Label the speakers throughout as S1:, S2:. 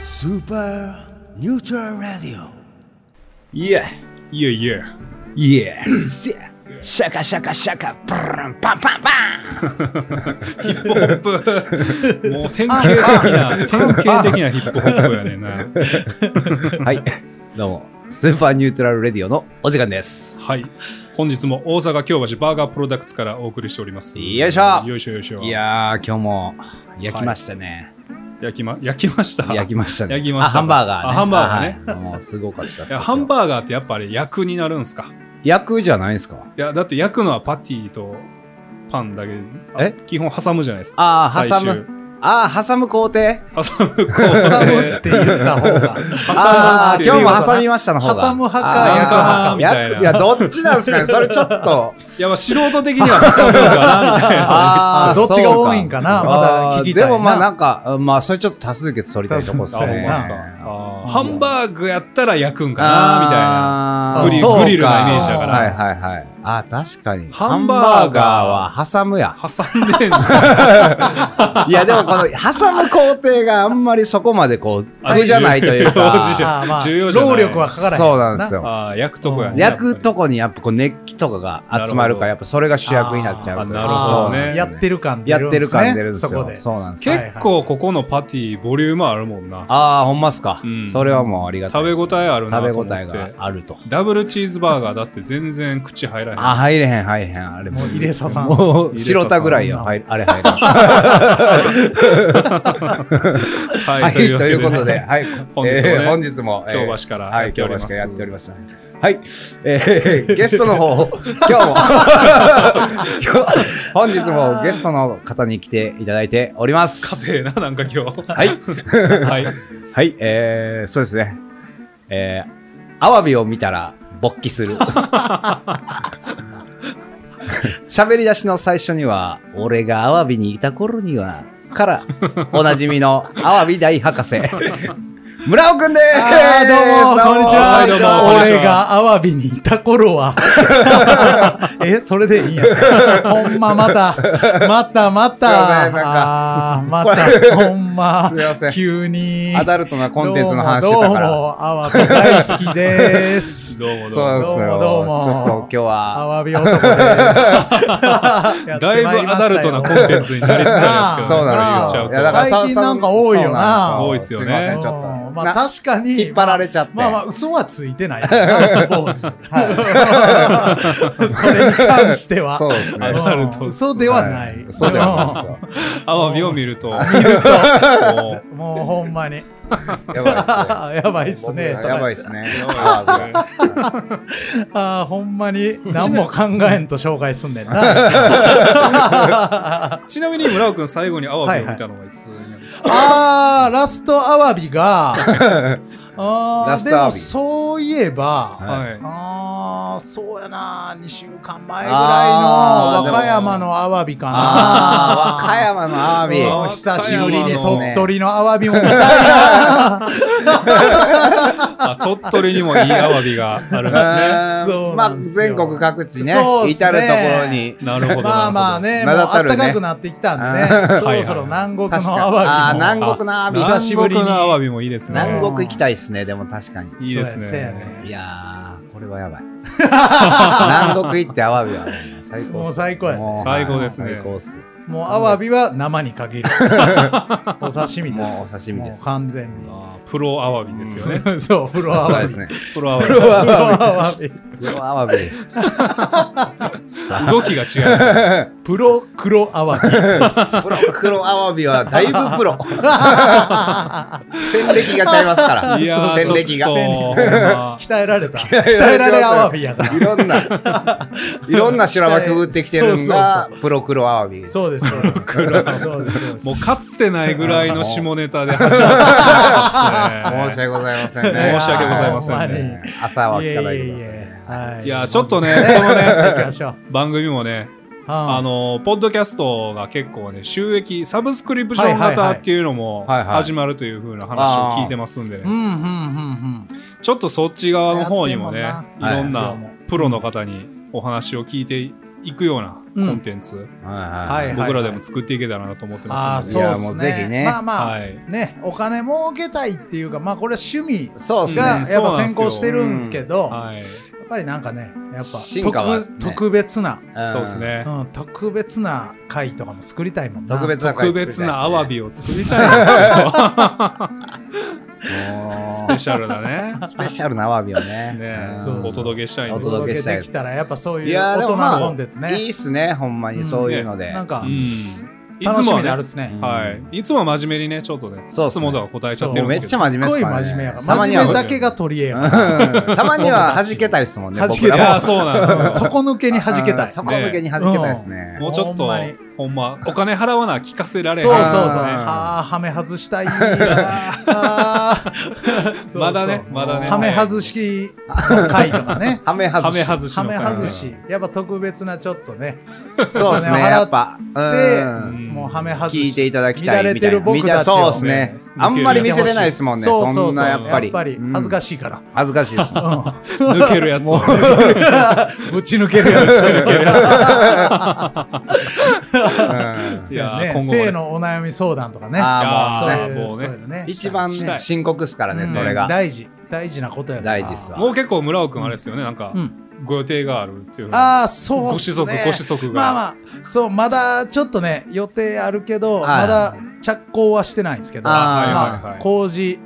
S1: スーパーニュートラルラディ
S2: いや、
S3: いやいや。
S2: いや、シャカシャカシャカ、ブルン、パンパンパ
S3: ヒップホップ。もう典型的な、典型的なヒップホップやねんな。
S2: ンはい、どうも、スーパーニュートラルレディオのお時間です。
S3: はい。本日も大阪京橋バーガープロダクツからお送りしております。
S2: よいしょ
S3: よいしょよいしょ。
S2: いやー、今日も焼きましたね。
S3: 焼きま、焼きました。
S2: 焼きましたね。
S3: 焼きました
S2: あハンバーガーね。
S3: あハンバーガーね
S2: あはいもうすごかったっ
S3: い
S2: す
S3: やハンバーガーってやっぱり焼くになるんすか
S2: 焼くじゃないですか。
S3: いや、だって焼くのはパティとパンだけ、あ
S2: え
S3: 基本挟むじゃないですか。
S2: あー、挟
S3: 最終
S2: む。あー、挟む工程。
S3: 挟む工
S1: オ。挟む
S3: 程
S1: っ。て言った方が。
S2: あ
S3: 挟む
S2: ー、
S3: っていう
S2: 今日も挟みましたの方が。
S1: 挟む派か
S2: あー
S3: 焼く派かみたいな
S2: や、どっちなんですかね。それちょっと。
S3: いや、まあ素人的には挟むのかな、みたい な。
S2: あー
S1: どっちが多いんかな
S2: そう
S1: まだ聞きたいな
S2: でもまあなんか、まあそれちょっと多数決取りたいとこっす
S1: 多数決
S2: ね。
S1: あほんまっす
S3: あーハンバーグやったら焼くんかな、みたいな。
S2: あー
S1: グリル
S2: そう
S1: グリル
S3: なイメージだから
S2: はいはいはい。あー、確かに。
S3: ハンバーガー。
S2: ハンバーガーは挟むや
S3: 挟ん でんじゃん。
S2: いやでもこの挟む工程があんまりそこまでこう、
S3: あ
S2: 苦じゃないという
S3: 重
S2: か
S3: 要。じゃん
S1: あーまあ
S3: 重要じゃない
S1: 労力はかからへん。
S2: そうなんです。よ。
S3: ああ、焼くとこやね。
S2: 焼くと
S3: こ。
S2: こにやっぱこう熱気とかが集まるから、やっぱそれが主役になっちゃうというか
S3: あーなるほどね
S2: そう
S1: や
S2: なん
S1: っ
S2: です
S1: て
S2: よ
S1: る感出
S2: や
S1: る
S2: っ
S1: ん
S2: て
S1: ですね
S2: る感出るんで
S1: そ
S2: す
S1: こ
S2: よ。
S1: で。
S2: そうなんですよ。
S3: 結構ここのパティ、ボリュームあるもんな。
S2: ああ、ほんまっすか
S3: う。ん
S2: それはもうありがたいです。
S3: 食べ応えあるなと思って
S2: 食べ応えがあると。
S3: ダブルチーズバーガーだって全然口入らへん。
S2: あ、入れへん、入れへん。あれ
S1: もう入れささん
S2: もう、
S3: 入れささん
S2: 白田ぐらいよ。入あれ入らん
S3: は
S2: はい、と
S3: わけ
S2: いうことで、
S3: ね
S2: はい。
S3: 本日もね
S2: えー本日も、えー
S3: 京橋から
S2: は
S3: や
S2: い、
S3: ってお
S2: 京橋
S3: ります
S2: からやっております。はい。えーゲストの 方、今日も、 今日本日もゲストの方に来ていただいております。
S3: 風邪な、なんか今日。
S2: はい。
S3: はい。
S2: はい、えー、そうですね。えー、アワビを見たら勃起 する。喋り出しの最初には、俺がアワビにいた頃には、から、おなじみのアワビ大 博士、村尾くんで
S1: あ
S2: ー
S1: ー
S2: す
S1: どうも、こんにち
S3: はいどうも
S1: は。
S3: こんにちは
S1: 俺がアワビにいた頃 は。え、それでいいんや。ほんま、また、また、ま
S2: いませ
S1: た
S2: んなん。
S1: あーま
S2: こ
S1: た、ほんま
S2: すいません、
S1: 急に。
S2: アダルトなコンテンツの話して
S1: どう
S2: たか
S1: も、どう
S2: ら。
S1: もアワビ大好きです。
S3: どうもどう
S2: そうなん
S3: も。
S2: です
S1: どう
S2: よ。
S1: もどうも
S2: ちょっと今日
S1: ア
S2: は、
S1: ワビ男 です。やってま
S3: だいぶ
S1: りま
S3: ア
S1: し
S3: ダ
S1: たよ
S3: ルトなコンテンツになりつつあるんですけどね、
S2: そうなんです
S3: 言
S2: よ。
S3: っ
S2: い
S3: ちゃ
S2: や
S3: う
S2: だから
S1: 最近なんか多いよな
S2: そう
S3: 多
S2: ん
S3: いっ
S2: ですす
S3: よ
S2: よ。
S3: ね
S2: すいません、ちょっ
S1: う
S2: と。
S1: んまあ確かに。
S2: 引っ張られちゃって。
S1: まあまあ、嘘はついてないからな。坊主それに関しては。
S2: そうですね。
S3: あのアダルトっす
S1: う
S3: ね
S1: ん嘘ではない。
S2: そうではないです
S3: アワビを見ると、
S1: うん見る
S3: も
S1: と、もうほんまに。
S2: よ。やばいっすね。
S1: やばいっすね。
S2: やば
S1: い。
S2: いっすね。
S1: ああ、ほんまに何も考えんと紹介すんねんな。
S3: うちなみに村尾くん最後にアワビを見たのはいつになるんですか
S1: あー、ラストアワビ が、あ
S2: ラス
S1: ー、
S2: ト
S1: で
S2: アワ
S1: も
S2: ビ
S1: そういえば、
S2: はい
S3: はい。
S1: あーそうやな2週間前ぐら
S2: あー
S1: いの和歌山のアワビかな
S2: ああ、和歌山のアワビ。
S3: う
S1: もう
S3: わ
S1: 久しぶりに
S3: 和歌山の
S1: 鳥取のアワビも見たい な
S3: あ、鳥取にもいいアワビがあるんですね。
S1: そう
S2: ま
S1: な
S2: あ
S1: んですよ
S2: 全国各地ね、
S1: そうっすね
S2: 至るところに。
S3: なるほど。
S1: まあまあ
S3: なる
S1: ねも
S2: 名
S1: う
S2: だたるね
S1: 暖かくなってきたんでね
S2: あ
S1: そろそろ南国のアワビも
S2: ああー、
S3: ほ
S2: 南
S3: ど。
S2: 国のアワビ。
S3: あ
S1: 久しぶりに
S3: 南国のアワビもいいですね。
S2: 南国行きたいっすね、でも確かに。
S3: いいですね
S1: そうやそうやね
S2: いやー、これは やばい。南国行ってアワビはね最高っす
S1: もう最高やね
S2: もう
S3: 最高ですね
S2: 最高っす。
S1: もうアワビは生に限 るお刺身です
S2: もうお刺身です
S1: もう完全に
S3: あープロアワビですよね。
S1: そうプロア
S2: そう
S1: ワ
S2: で
S1: ビ
S2: すね。
S3: プロアワビ
S1: プ。ロアワビ
S2: うわアワビ。
S3: 動きが違うんですね。
S1: プロ黒ア ワビ
S2: プロ、黒アワビはだいぶ プロ。戦歴がちゃいますから。
S3: いやー、
S2: 戦歴が。
S3: ちょっと
S2: い
S3: ほんま
S1: 鍛えら れた鍛えられアワビやから
S2: ろんな、いろんな修羅場くぐってきてるのが、プロ黒アワビ。
S1: そうです、そうです。そうです、そうです。
S3: もうかつてないぐらいの下ネタで始まっ た
S2: 申
S3: です
S2: し訳
S3: ね。
S2: ございませんね。
S3: 申し訳ございませんね
S2: は朝は聞かないでください
S1: いえいえいえ
S2: ね。
S1: はい
S3: いやー、ちょっとね、
S1: そうです
S3: このね、
S1: 行きましょう。
S3: 番組もね、あ
S1: あ、
S3: のポッドキャストが結構ね収益サブスクリプション型っていうのも
S2: はいはいはい
S3: 始まるというふうな話を聞いてますんで
S1: うん、
S3: ね
S1: うん、うん、
S3: ちょっとそっち側の方にもね
S1: やって
S3: い
S2: んもんな
S3: ろん
S1: は
S3: ないプロの方にお話を聞いていくようなコンテンツ、
S1: はいはい
S3: 僕らでも作っていけたらなと思って
S1: あ
S3: ま
S1: あ、
S3: す
S1: そう
S2: い
S1: で
S2: や
S1: す
S2: もうぜ
S1: ね
S2: ひね
S1: まあまあ、
S3: はい
S1: ね、お金儲けたいっていうか、まあこれは趣味
S2: そうですね
S1: が
S3: うん
S1: やっぱ先行してるんですけど、や
S3: はい、
S1: っぱりなんかね、やっぱ
S2: 進化はね
S1: 特特別な、
S3: そうです。ね、
S1: うん、特別な回とかも作りたいもんな。
S2: 特別な
S3: 特別なアワビ
S2: を。
S3: を作りたいんですよスペ
S2: ス
S3: シャル だね
S2: ペシャルなアワビをね。
S3: ね
S2: うん
S1: そう
S3: お届けしたいん
S1: お
S3: です
S1: 届け
S2: 届けしたい
S1: できたら、やっぱそうい
S2: い
S1: う大
S2: やーで
S1: 人の
S2: もまあ
S1: 本ですね。
S2: いいっすね、ほんまにそういうので。
S1: なんか、
S3: うんい
S1: 楽
S3: つ
S1: し
S3: も
S1: み
S3: は
S1: であるっ
S3: ね
S1: すね。
S3: はい、いつもは真面目にねちょっとね
S2: そうっすね
S3: 質問とか答えちゃっ
S1: そ
S3: てる
S1: うん
S2: め
S3: で
S2: っ
S3: す
S2: ち
S3: け
S2: ゃ
S3: ど
S2: 真面目
S1: す
S2: で
S1: っご
S2: す
S1: い真
S2: から、ね。
S1: 面目やから。
S2: たま
S1: 真
S2: には
S1: 面目だけが取り柄やから
S2: うんたまには弾けたいですもんね。
S1: 僕たち
S2: 僕
S1: 弾
S2: ら
S1: けた
S2: も
S3: ああそうなんですよ
S1: うん 底抜けに弾けた
S2: う
S1: い
S2: ん。そこ向けに弾けたいですね。
S3: もうちょっ
S1: ほ
S3: と
S1: んまに
S3: ほんまお金払わな聞かせられへん
S1: そうそうそう。
S2: あー。
S1: ああ、はめ外したい。あーそう
S3: まだね
S1: そう
S3: まだね
S1: はめ外しの回とか ね
S2: はめ外
S3: は
S2: し。
S3: め外し
S1: は
S3: の
S1: め
S3: 回
S1: 外し。やっぱ特別なちょっとね。
S2: そうです
S1: お
S2: ね、
S1: 金を払
S2: やっぱ。
S1: で
S2: うん
S3: ん
S1: もうはめ外し。
S2: 聞いていただきたい
S1: 乱れ
S2: みた
S1: て
S2: いな。
S1: る僕たち
S2: そう
S1: を。
S2: ですね。
S3: うん
S2: あんまり見せれないですもんね。
S1: そう
S2: そ
S1: そうそうん
S2: なやっぱり。
S1: やっぱり
S2: うん
S1: 恥ずかしい から。
S2: 恥ずかしいですもん。
S3: 抜けるやつを
S1: ぶち抜けるやつ。
S2: うん
S3: い
S1: そう
S3: や
S1: やね。
S3: ー今後もね
S1: 性のお悩み相談とかね。
S2: あ
S1: そう
S2: あ、もう
S1: い
S2: ね。
S1: う
S3: もう
S1: そ
S3: ね
S1: ういうのね。
S2: 一番
S3: した
S2: ね
S3: い
S2: 深刻ですから
S1: う
S2: ね、
S1: ん
S2: それが。
S1: 大事。大事なことやから
S2: 大事っすわ
S3: もう結構村尾君あれですよねなんか
S1: うん
S3: ご予定があるっていう
S1: ああ、そう
S3: ご
S1: っ
S3: 子
S1: す
S3: 息
S1: ね。
S3: ご子息が
S1: まあまあ、そう、まだちょっとね、予定あるけど、
S2: はい
S1: まだ着工はしてないんですけど、
S2: あ
S3: ー
S1: まあ、
S3: はいはいはい
S1: 工事、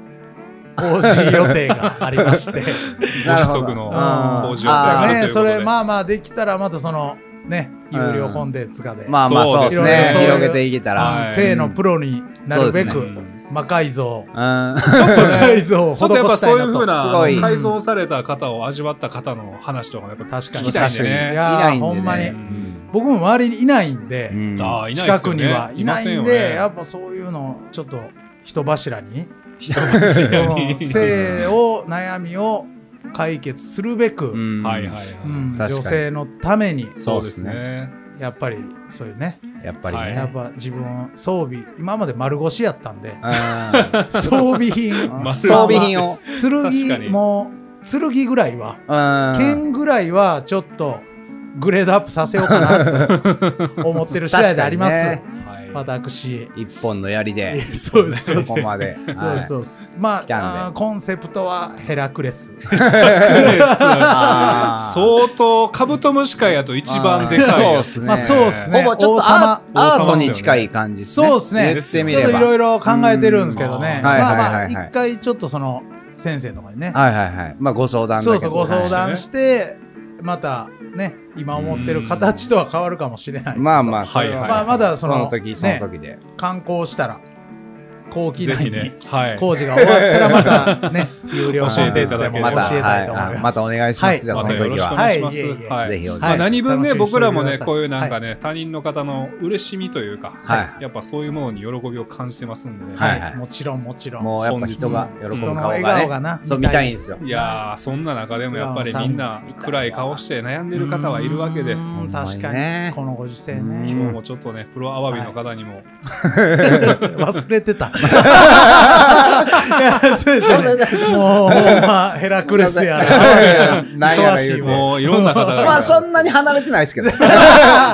S1: 工事予定がありま して。
S3: ご子息の
S2: なるほど
S3: 工事を
S1: まあ
S3: や
S1: ね、
S3: るということ
S1: そ
S3: で
S1: れ、まあまあ、できたら、またその、ね、有料コンテンツがで、
S2: まあまあそうで
S1: そ
S2: すね。
S1: うです
S2: 広げていけた
S3: は
S2: ら
S3: い。
S1: 性のプロになるべ
S2: そ
S1: く、
S2: う
S3: ですね
S1: 魔改造、
S2: うん
S3: ちょっと
S1: 魔改
S3: ね
S1: 造を
S3: ちょっとやっ
S1: 施
S3: ぱ
S1: した
S3: そ
S1: いうな
S3: いう
S1: と。
S3: ふうな
S2: すごい
S3: 改造された方を味わった方の話とかもやっぱ
S1: 確か
S3: 聞
S1: に
S3: きたいんで
S1: い
S3: ね。
S1: やー
S2: いないんで
S1: ほ
S2: ね
S1: んまに、
S3: うん
S1: 僕も周りにいないんで、
S2: うん
S3: あーいないっ
S1: 近
S3: す
S1: く
S3: よね
S1: にはいないんでや
S3: ま
S1: っぱそういうのをちょっと人柱に
S3: せんよね
S1: うん性を悩みを解決するべく、
S2: うん
S3: はいはいは
S1: うん
S2: 確かに
S1: 女性のために
S3: い。そうですね。
S1: やっぱりそういうね
S2: やっぱり
S3: はい
S1: やっ
S2: ね。
S1: ぱ自分装備今まで丸腰やったん で
S2: うん
S1: 装備品
S3: あ
S2: 装備品を。
S3: 確か
S1: 剣
S3: に
S1: もう剣ぐらいは
S2: うん
S1: 剣ぐらいはちょっとグレードアップさせようかなと思ってる次第であります、
S2: 確
S3: は
S1: 私
S2: 一本の槍
S1: いや
S2: で。
S1: そうですそうで
S2: こ
S1: す
S2: こまで。
S1: そうそうです。ま
S2: 来
S1: あ、
S2: たんで
S1: あーコンセプトはヘラクレス。
S2: あー
S3: 相当カブトムシ界やと一番で
S2: あ
S3: か
S2: ー
S3: いや
S2: そうっす
S3: つ。
S2: ね
S1: まあ、そうですね。
S2: ほぼちょっ
S1: 王
S2: とア
S1: 様。
S2: ーアートに近い感じですね。
S1: そうですね
S2: 言ってみ
S1: ちょっ
S2: れ
S1: と
S2: ば。
S1: いろいろ考えてるんですけどね
S3: う。ん
S1: まあま
S2: はいはい
S1: あ、
S2: はいはい
S1: 一回ちょっとその先生とかにね、
S2: はいはいはい。まあご相談だ
S1: そ
S2: けど
S1: うそう、ご相
S3: はい
S1: 談して、またね、今思ってる形とは変わるかもしれないですけど。
S2: まあまあ、
S3: はいはい
S1: まあ、まだそ
S2: そ
S1: の、
S2: の時その時で。
S1: ね観光したら、後期
S3: ぜ
S1: 内
S3: ひ
S1: に、
S3: ね。はい。
S1: 工事が終わったらまたね、有料コンテンツでも
S3: ま
S1: 教
S3: た
S1: えたいと思い
S2: は
S1: ます。
S2: またお願いします。
S1: はい
S2: じゃあ
S3: ま
S2: その
S3: たよろ
S2: 時
S3: しく
S2: は。
S3: お願いしま
S1: は
S3: す。
S1: いいえいえ
S3: は
S2: ぜひお願いします
S3: まあ、何分ね
S1: 楽しみにして
S3: 僕
S1: おいてください
S3: らもねこういうなんかね、他人の方の嬉しみというか、
S2: は
S3: やっぱそういうものに喜びを感じてますんでね、
S2: はい
S1: はい、もちろんもちろん。
S2: もうやっぱ人が喜ぶ
S1: 人
S2: 顔
S1: の
S2: が
S1: 笑顔
S2: ね。
S1: がな、
S2: そう見たいんですよ。
S3: いやーそんな中でもやっぱりみんな暗い顔して悩んでる方はいるわけ
S1: う
S3: で今
S1: ーん
S2: ほんまにね
S1: 確かにこのご時世
S3: 日
S1: ね
S2: うん
S3: もちょっとねプロアワビの方にも
S1: 忘れてたいやそうですよねもうほんまヘラクレスやら
S2: なんやら言
S1: 忙
S2: うて
S1: しいわ
S3: もういろんな方が
S2: まあそんなに離れてないで すけど。そん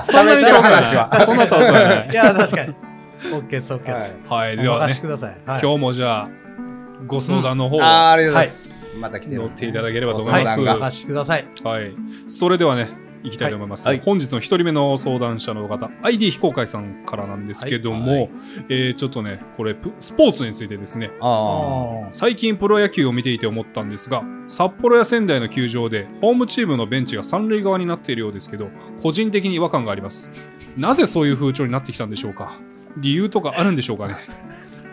S3: そんなに
S2: の
S3: 遠くない
S2: 話は。
S3: そんな遠くは ない
S1: いや確かにオッケーですオッケーです
S3: はい
S1: お
S3: では
S1: 任
S3: ね
S1: せくださいはい
S3: 今日もじゃあご相談の方を
S2: あーありがとうございます。また来て
S3: 乗
S2: ま
S3: っ
S2: す
S3: ていただければと思
S1: はいい
S3: ます、
S1: お
S3: は
S1: 任せください
S3: いそれではね行きたいと思います、
S2: はい
S3: 本日の一人目の相談者の方 ID 非公開さんからなんですけども、
S2: はいは
S3: えーちょっとねこれプスポーツについてですね
S2: あ
S1: おー
S3: 最近プロ野球を見ていて思ったんですが札幌や仙台の球場でホームチームのベンチが三塁側になっているようですけど個人的に違和感がありますなぜそういう風潮になってきたんでしょうか理由とかあるんでしょうかね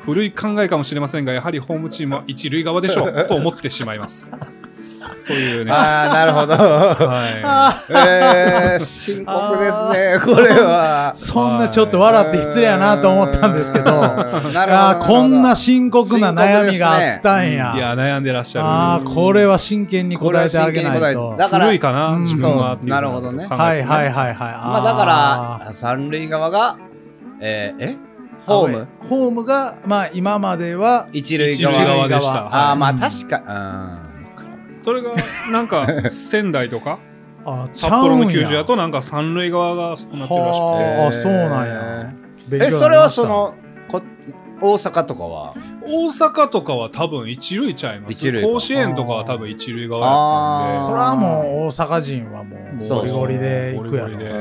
S3: 古い考えかもしれませんがやはりホームチームは一塁側でしょうと思ってしまいますという
S2: ー
S3: ね、
S2: あー、なる ほど。
S3: は
S2: えー深刻ですね、これは。
S1: そんなちょっと笑って失礼やなと思ったんですけど
S2: うーん
S1: あ
S2: なるほ
S1: ー
S2: ど
S1: こんな深刻な悩みがあったん
S3: い、い
S1: や
S3: や悩んでらっしゃ
S1: あ
S3: る
S1: ーこれは真剣に答えてあげない
S2: これは真剣に答え
S1: と
S2: てだから
S3: 古いかな、
S1: うん
S3: 自分は
S2: そう
S3: っていう
S2: なるほどね
S3: 考
S1: は
S3: え
S1: い
S3: ですね
S1: はいはいはい
S2: まあだから、三塁側が、えーえホーム
S1: ホームが、まあ今までは、
S2: 一塁
S3: 一
S2: 側。
S3: 塁側でした
S1: 一塁側
S2: ああ、まあ
S1: うん
S2: 確か、うーん。
S3: それがなんか仙台とか
S1: あ、ち
S3: 札
S1: ゃう
S3: 幌
S1: んや
S3: の球場やとなんか三塁側がそうなってるらしくて
S1: はあ、あそうなんや。勉強
S2: え、
S1: になりました
S2: それはそ、の、こ大阪とかは
S3: 大阪とかは多分一塁ちゃいます
S2: 一塁か
S3: 甲子園とかは多分一塁側やった
S2: あ
S3: んで
S1: それはもう大阪人はもう
S2: そう
S1: ゴリゴリで行くや
S3: ゴリ
S1: ろ
S3: ゴリ。で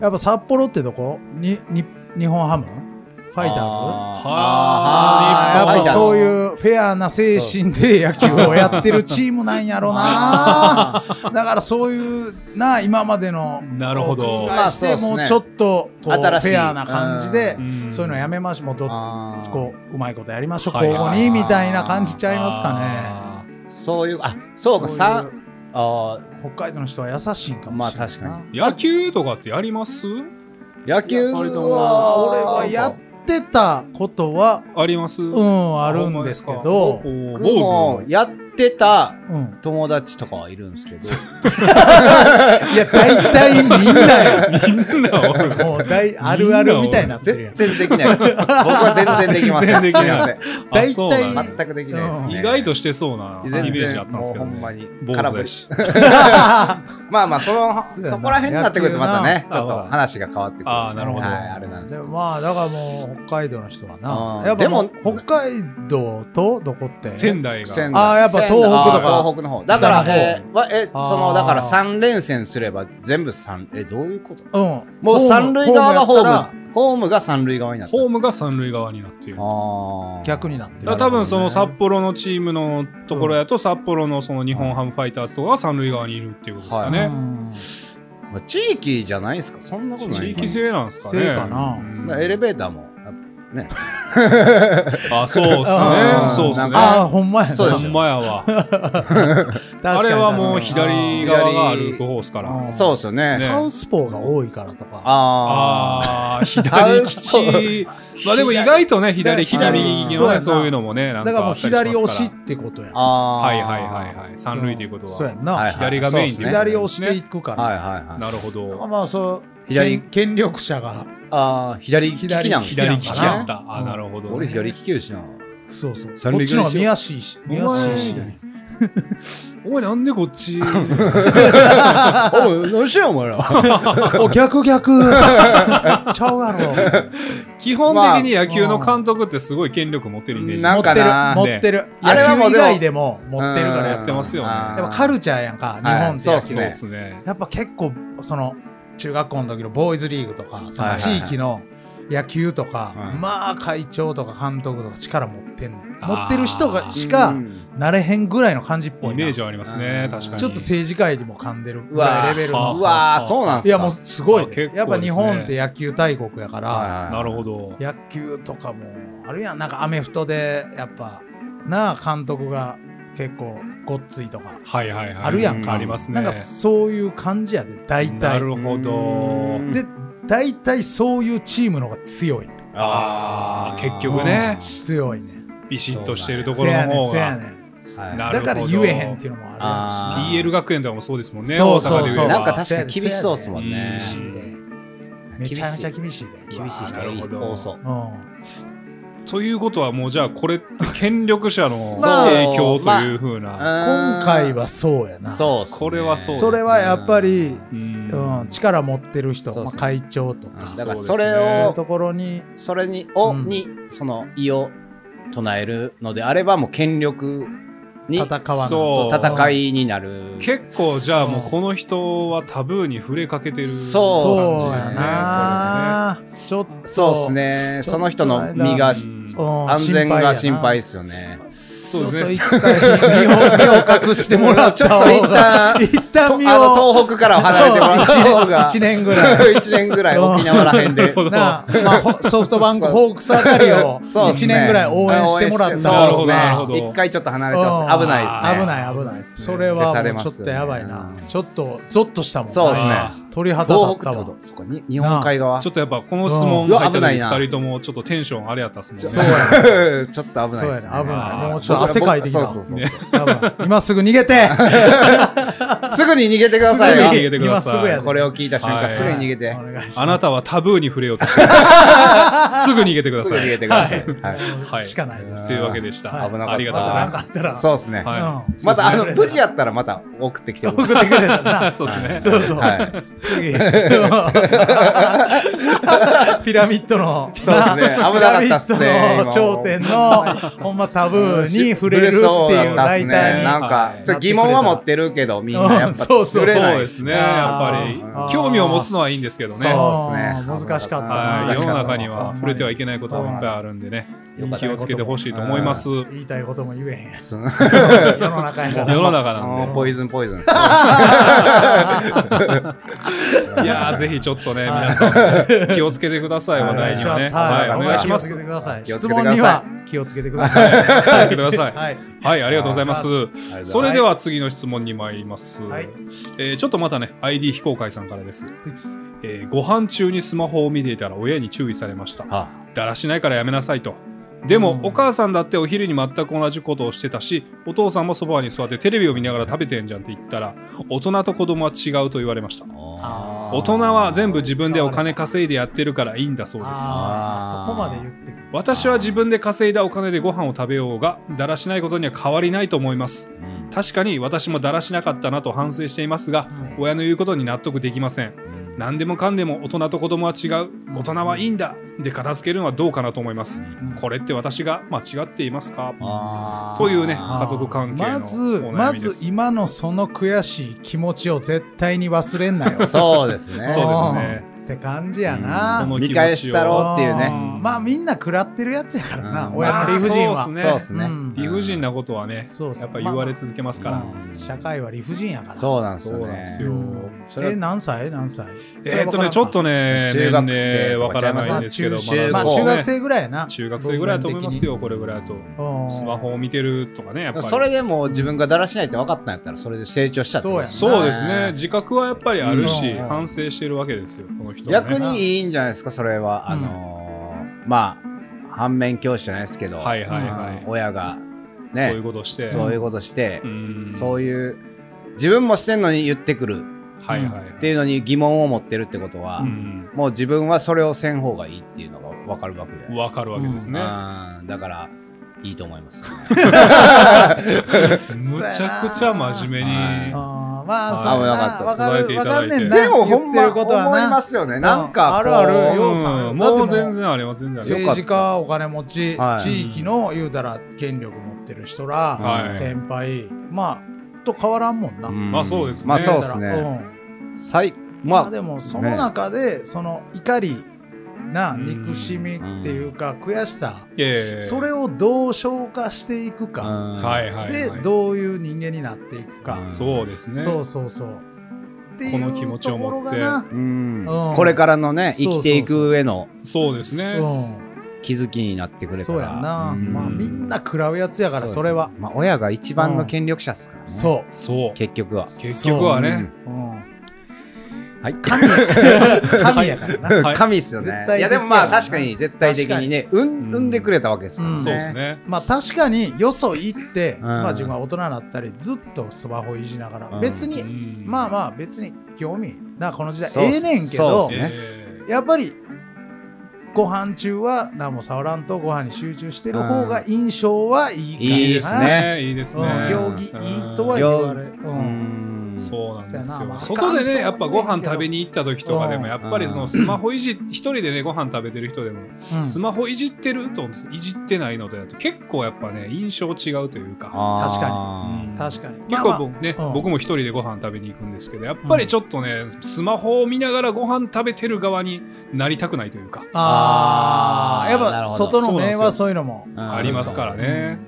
S1: やっぱ札幌ってどこに、に、日本ハムファイターズ
S3: あ
S1: あ
S3: ー
S1: あ、やっぱそう
S2: う。
S1: いうフェアな精神で野球をやってるチームなんやろ な。だからそういうな、今までの。
S3: なるほど
S1: を覆
S2: まあ
S1: し
S2: そう
S1: て、
S2: っすね
S1: もうちょっとこうフ
S2: 新しい
S1: ェアな感じで
S2: う、
S3: ん
S1: そういうのやめましょう。もうど
S2: あー
S1: こう、うまいことやりましょう。
S3: はい
S1: 交
S3: はい
S1: 互に、みたいな感じちゃいますかね。
S3: あ
S2: そういう、あ、そうか、
S1: そう
S2: さ
S1: いう、
S2: あ
S1: 北海道の人は優しいんかもしれないな。
S2: まあ確か
S3: ー野球とかってやります
S2: ー野球
S3: いや割と
S2: は、
S1: 俺はやってたことは、
S3: あります
S1: うん、あるんですけど、
S3: 僕
S2: 僕もやってた
S1: うん。
S2: 友達とかはいるんですけど、
S1: いや、大体みんなや。
S3: みんなおる
S1: もう大、あるあるみたいになってるや
S2: 全
S1: ん。
S2: 然でき ないです。僕は全然できません。
S3: 全然できない
S2: すません
S3: あそうなんだ
S1: 大
S2: 全くできないです、ね。
S3: 意外としてそうなイ
S2: 全然
S3: メージあったんですけど
S2: もうほんまに
S3: ね坊主だし
S2: まあまあ、その、
S1: そうやな
S2: そこら辺になってくるとまたね、
S3: 野球
S2: ち
S3: な
S2: ょっと話が変わってくる。
S3: あーなるほど
S2: はい、あれなんです
S1: で
S2: よ。
S1: もまあ、だからもう、北海道の人は
S2: あ
S1: な。
S2: ー
S1: やっぱもう
S2: でも
S1: 北海道とどこって
S3: 仙台が
S2: 仙
S1: あーやっぱ東北とか
S2: 仙台あー東北の方。だか
S1: 北の
S2: ら、
S1: 方
S2: えーわえ、そ
S1: あー
S2: の、だから3連戦すれば全部三え、どういうこと
S1: うん。
S2: もう三塁側がホ
S1: ホやっ
S2: ー
S1: たら
S2: ム。ホームが三塁側になった。
S3: ホームが三塁側になっている
S2: あー
S1: 逆になって
S3: だ
S1: る。
S3: から多分その札幌のチームのところやと札幌のその日本ハムファイターズとかが三塁側にいるっていうことですか
S1: う
S3: ね。
S1: ん
S2: まあ地域じゃないですか。そんなことないかな。
S3: 地域性なんですかね。
S1: 性かな
S3: うん
S2: まあエレベーターも。ね。
S3: あ、そうっすね
S1: あー。
S3: そうっす
S2: なん
S3: ね。
S1: ああ、ほんまやな。
S2: そうで
S3: ほ
S2: す
S3: んまやわ。
S1: 確かに
S3: あれはもう
S1: 確かに
S3: 左側が歩く方っすから。
S1: ん
S2: そうですよね。
S3: ね
S1: サウスポーが多いからとか。
S2: ああ。
S3: ああ、左利
S2: サ
S3: き。まあでも意外とね、左、左
S1: うん
S3: 利き
S1: そう
S3: の
S1: や
S3: ね、
S1: な
S3: そういうのもね、なん
S1: だから
S3: かあ
S1: もう
S3: ったりしますか
S1: 左押
S3: ら。
S1: しってことやん。
S2: ああ。
S3: はいはいはいはい。三塁ということ
S1: そうや
S3: は。
S1: ん
S2: は
S1: な。
S2: い
S3: 左がメイン
S2: そうっす
S3: で
S2: ね
S1: 左押していくから。
S2: はいはいはい。
S3: なるほ
S1: まあ
S3: ど。
S1: まあそう
S2: 左
S1: 権権力者が
S2: ああ、左利きなんだ
S3: 左
S1: 左
S3: 利き
S1: 利き
S3: や
S1: や
S3: っ
S1: ん
S3: た。あ、なるほどね。
S2: 俺左利きやしな。
S1: そうそう
S2: 三
S1: こっ
S2: 塁
S1: ち
S2: 側
S1: の方が
S2: でしょ
S1: 見やすいし見やすいし
S3: お前お前なんでこっち
S2: おい、何しやお前ら。
S1: お逆 逆ちゃうやろ
S3: 基本的に野球の監督ってすごい権力持ってるイメージ
S2: なんかな
S1: 持ってる持ってる
S2: あれはも
S1: 野
S2: う
S1: 球以
S2: でも
S1: 外でも持ってるからやっ
S3: ってますよね
S2: あー
S1: ぱやっぱカルチャーやんか日
S2: はい
S1: 本って野
S2: そ
S1: 球
S2: う
S3: そう
S2: っ
S3: っ
S2: す
S3: すね。
S1: やっぱ結構その中学校の時のボーイズリーグとかその
S2: はいはいはい
S1: 地域の野球とか
S2: うん
S1: まあ会長とか監督とか力持ってんねん持
S3: あー
S1: ってる人がしか
S2: うん
S1: なれへんぐらいの感じっぽ
S3: イ
S1: いな
S3: メージ
S1: ちょ
S3: はありますね
S2: う、ん
S3: 確かに。
S1: っと政治界にも噛んでるぐらいレベル
S3: うわ
S1: の
S3: ー
S2: うわー、そうなんす
S1: い
S2: か。
S1: やもうすごい
S3: あ
S1: で
S3: 結構
S1: やっぱ日本っ
S3: です
S1: て野球大国やから、
S2: はいはい
S3: なるほど。
S1: 野球とかもあるやんなんかアメフトでやっぱなあ監督が結構ごっついとか
S3: はいはいはい。
S1: あるやんか、
S3: ありますね。
S1: なんかそういう感じやで大
S3: な
S1: 体
S3: るほど。
S1: で大体そういうチームの方が強いね
S3: ああ、結局ね
S1: うん、強いね
S3: ビシッとしてるとこ
S1: せ
S3: ろの
S1: やねん
S3: 方
S1: せや
S3: が。
S1: ねん
S2: はい
S3: なる
S1: だから言えへんっていうのもあ
S2: あー
S3: PL 学園とかもそうですもんね、
S1: そうそう
S3: 大阪で言えば。
S2: なんか確かに厳しそうっすもん
S1: る
S2: ね
S1: や。し厳しいでめちゃめちゃ厳しいで
S2: 厳しい人がいい多そう。
S1: うん
S3: ということはもうじゃあこれって権 力者の
S2: まあ
S3: 影響というふうな、
S1: 今回はそうやな
S2: そうっすね
S3: これはそうですね
S1: それはやっぱり
S3: うん
S1: うん、力持ってる人、
S2: そう
S1: まあ、
S2: そう
S1: 会長とか、
S2: だ
S1: そ
S2: から
S3: そ
S2: そう
S3: ですね
S1: う
S2: れ
S1: いう
S2: を
S1: ところに、
S2: それにを、
S1: うん
S2: にその意を唱えるのであればもう権力に
S1: 戦わない
S2: そう
S3: そう
S2: 戦いになる
S3: 結構じゃあもうこの人はタブーに触れかけてる
S2: そう
S3: 感
S1: そう
S3: じです
S1: や
S3: ね。
S1: な、ちょっと、
S2: そうですねその人の身
S3: こ
S2: が
S3: れねうん
S1: うん
S2: 安全が心配
S1: やな
S2: っすよね
S3: そうです
S1: ちょっと
S3: ね。
S1: 一回身を身を隠してもらっ
S2: ちょったと一
S1: 方が、
S2: 旦
S1: 一
S2: とあの
S1: 旦身を、
S2: 東北からは離れてもらった方が
S1: 一年ぐら
S2: 一年ぐらい沖縄らへんで
S3: ほど
S1: なあまあ、ほソフトバンクホークスあたりを
S2: そうっす
S1: 1
S2: ね
S1: 年ぐらい応援してもらった
S3: なるほ
S1: 方
S3: どなる
S1: がね
S2: そ
S3: ほど
S2: うですね一回ちょっと離れてほし
S1: う
S2: い
S1: ん
S2: 危ないですね
S1: 危ない危ないそれはもうちょっとやばいな
S2: 消されますよね
S1: ちょっとゾッとしたもんな
S2: そうですね
S3: あー
S1: 鳥肌だ
S2: 東
S1: った
S2: 北ってこ
S1: わ
S2: と。そっか、に日本海側。
S3: ちょ
S2: ちょ
S3: っとやっぱこの質問
S2: うんうわ
S3: 入った
S2: 危
S3: 時
S2: ないな
S3: 2人ともちょっとテンションあれやったっすもんね。
S1: そうや
S2: っとちょっと危ないですね。
S1: そうやね危ない
S3: もう
S1: ちょっと汗かいてきた
S2: 僕はそうそうそうそう。
S1: 多分今すぐ逃げ て
S2: すぐに逃げてください
S3: すぐに逃げ
S2: よ。
S3: てください
S1: 今すぐやで
S2: これを聞いた瞬
S3: は
S2: 間、
S3: い
S2: すぐに逃げて
S1: お。願いし
S3: あ
S1: ま
S3: なたはタブーに触れようとし ています。すぐ逃げてくだ
S2: す
S3: さ
S2: ぐ
S3: い。
S2: 逃げてください。はい。
S1: す
S3: はい
S1: しかないです
S3: というわけでした。
S1: はい
S2: 危なかった
S3: ありがとうござい
S1: また
S3: ま
S1: な
S3: す。
S1: んかあったら
S2: そうですね。
S3: はい
S1: うん
S2: また、あの、
S1: そうですね
S2: 無事やったらまた送ってきてください
S1: 送ってくれた な
S3: そうですね。
S1: そうそう、
S2: はい
S1: 次 ピラミッドの
S2: そうですね
S1: な
S2: 危なかったっすね
S1: ピラミッドの頂点のほんまタブーに触れるって
S2: そ
S1: いう
S2: だったっ
S1: 大
S2: すね
S1: 体
S2: な
S1: に
S2: んか、ちょっと疑問は持ってるけど、みんなやっぱ、
S1: そうそう
S2: 触れない
S3: そうですね。やっぱ
S1: あー
S3: り、興味を持つのはいいんですけどね。
S2: そう
S3: は
S2: ですね
S1: あー難しかった
S2: 難
S1: な
S3: はい。
S2: し
S3: 世
S2: か
S3: の
S2: った
S3: 中には触れてはいけないことがいっぱいあるんでね。
S2: よかった
S3: 気をつけてほしいと思います。世
S1: 言いたいことも言えへん
S2: そう
S1: 世の中やから
S3: の中
S2: あ
S3: なん
S2: のポイズンポイズン。
S3: で。いやー、ぜひちょっとね、皆さん、気をつけてください、
S1: お
S3: 話
S1: 願
S3: 題
S1: い
S3: に
S1: し
S3: は
S1: ま
S3: ね。
S1: す。はい、
S3: はい、お願いし
S1: 気を
S3: ま
S1: つけ
S3: す。
S1: てください。
S2: 気を
S1: 質
S2: つけてく
S1: 問
S2: ださい
S1: には気をつけてください。
S3: 気をつけてください。
S1: はい、
S3: はい、ありがとうございます
S1: お願いし。
S3: それでは次の質問に参ります。
S1: はい
S3: えーちょっとまたね、ID 非公開さんからです。えーご飯中にスマホを見ていたら親に注意されました。
S2: あ
S3: だらしないからやめなさいと。でも、
S1: うん
S3: お母さんだってお昼に全く同じことをしてたしお父さんもそばに座ってテレビを見ながら食べてんじゃんって言ったら大人と子供は違うと言われました
S1: あ
S3: 大人は全部自分でお金稼いでやってるからいいんだそうです
S1: あー
S2: あー
S1: そこまで言ってくる。
S3: 私は自分で稼いだお金でご飯を食べようがだらしないことには変わりないと思います
S2: うん
S3: 確かに私もだらしなかったなと反省していますが、
S1: うん
S3: 親の言うことに納得できません
S2: うん
S3: 何でもかんでも大人と子供は違う大人はいいんだで片付けるのはどうかなと思います、
S1: うん
S3: これって私が間違っていますか
S2: あー
S3: というね
S1: あー
S3: 家族関係の
S1: まず
S3: お悩
S1: ま
S3: みです
S1: ず今のその悔しい気持ちを絶対に忘れんなよ
S2: そうですね。
S3: そうですね
S1: って感じやな、
S3: うんこの
S2: 見返したろうっていうね。
S1: んまあみんな食らってるやつやからな、
S2: うん
S1: 親の理不尽は、
S3: まあそうっ
S2: そうですね。
S1: うん
S3: 理不尽なことはね、
S1: そうそう
S3: やっぱ言われ続けますから、
S1: まあ社会は理不尽やから
S2: そうなんです
S3: そ
S2: よ
S3: うなん
S2: ね
S3: です。よ、
S1: うん
S2: それは
S1: え何歳何歳
S3: えーっとねちょっとね
S2: 中
S3: 年
S2: 学
S3: 齢
S2: 生と
S3: わ
S2: か
S3: か
S2: ちゃい
S3: ら
S2: ます
S3: ないんですけど
S1: まあ
S2: 中
S1: 中まあ
S3: だ
S1: 中学
S3: ね
S1: 生ぐらいやな
S3: 中学生ぐらいだと思いますよこれぐらいだと
S1: うん
S3: スマホを見てるとかねやっぱり
S2: それでもう自分がだらしないって分かったんやったら、それで成長しちゃったってこと
S1: そ
S3: そうですね。自覚はやっぱりあるし、
S1: うん
S3: 反省してるわけですよこの人はね
S2: 逆にいいんじゃないですか、それは。あのー、まあ、反面教師じゃないですけど、
S3: はいはいはい、
S2: うん親が、
S3: そういう
S2: ね、
S3: ことして
S2: そういうことして
S3: う、ん
S2: そういう、自分もしてんのに言ってくる
S3: はいはいはい
S2: っていうのに疑問を持ってるってことは、
S3: うん
S2: もう自分はそれをせん方がいいっていうのが分かるわけじゃない
S3: わかるわけですね、
S2: うんだから、いいと思 います。
S3: むちゃくちゃ真面目に、
S1: あーまあ
S3: はい
S1: そうや
S2: 危なかった
S1: わか
S3: 伝えてい
S1: る
S3: た
S1: わ
S3: だ
S1: か
S3: い
S1: ん
S3: て
S1: ねんな
S2: でもほん
S1: 言
S2: ま
S1: ってることはな
S2: 思いますよね。なんかこう、
S1: あるあるよ
S3: うん
S1: だって
S3: も
S1: も
S3: う
S1: う
S3: 全然あります全然あり
S2: よかっ
S3: ます
S2: た
S1: 政治家お金持ち、
S2: はい
S1: 地域の言うたら権力持ってる人ら、
S3: はい
S1: 先輩まあと変わらんもんな、
S2: うん
S3: まあそうですね
S2: まあそう
S1: 言
S2: で
S1: たら
S2: す
S1: う
S2: ね。
S1: ん
S2: 最
S1: まあ、
S2: まあ、
S1: でもその中で、その怒りな憎しみっていうか悔しさ、
S3: ええ
S1: それをどう消化していくか、
S3: はいはい、はい、
S1: でどういう人間になっていくか、
S2: うん
S3: そうですね
S1: そうそうそうってい
S3: この気持
S1: う
S3: ちを
S1: とこ
S3: 持
S1: ろ
S3: っ
S1: が
S3: て
S1: な、
S2: うん
S1: うん
S2: これからのね、
S1: そうそうそ
S2: 生き
S1: う
S2: ていく上の
S3: そうですね、
S2: 気づきになってくれ
S1: う
S2: た
S1: ん、
S2: ら。
S1: そうやんな、
S2: うん
S1: まあみんな食らうやつやから
S2: うです
S1: それは
S2: まあ親が一番の権力者っすからね。
S1: そう
S3: そう
S2: 結局は。
S3: 結局はね、
S1: う、 ん、
S2: はい。
S1: 神やから神やからな、
S3: は い
S2: 神っすよね。
S1: 絶対的やない
S2: やでもまあ確かに絶対的にね、うん
S3: に
S2: 産んでくれたわけですからね。
S1: うん
S3: そうです。ね
S1: まあ確かによそ行って、
S2: ん
S1: まあ自分は大人になったりずっとスマホいじながら、
S2: うん
S1: 別
S3: う
S1: に
S3: ん
S1: まあまあ別に興味なこの時代
S2: そう
S1: ええねんけ
S2: そう
S1: ど
S2: あね
S3: ええ
S1: やっぱりご飯中は何も触らんとご飯に集中してる方が印象はいいから
S2: いいっすね
S3: いいです
S1: う
S3: ね
S1: ん行儀いいとは言われる、う
S2: うんん
S3: そうなんです
S1: そやなま
S3: よ
S1: あ
S3: 外でねや
S1: あ
S3: っ
S1: か
S3: ぱ
S1: んとは
S3: ご
S1: 言えんけど
S3: 飯食べに行った時とかでも
S1: うん
S3: やっぱりそのスマホいじ一人でねご飯食べてる人でも
S1: うん
S3: スマホいじってるといじってないのとだと結構やっぱね印象違うというか
S2: あー
S1: 確か
S3: うん
S1: 確かに
S3: 結
S1: まあ
S3: 構
S1: まあ
S3: 僕ね、
S1: うん
S3: 僕も一人でご飯食べに行くんですけどやっぱりちょっとね、スマホを見ながらご飯食べてる側になりたくないというか、
S1: あ
S2: あー
S1: ーやっ
S2: なる
S1: ぱ
S2: ほど
S1: 外の面は
S3: そ
S1: そういうのも
S2: うん
S3: ありますからね、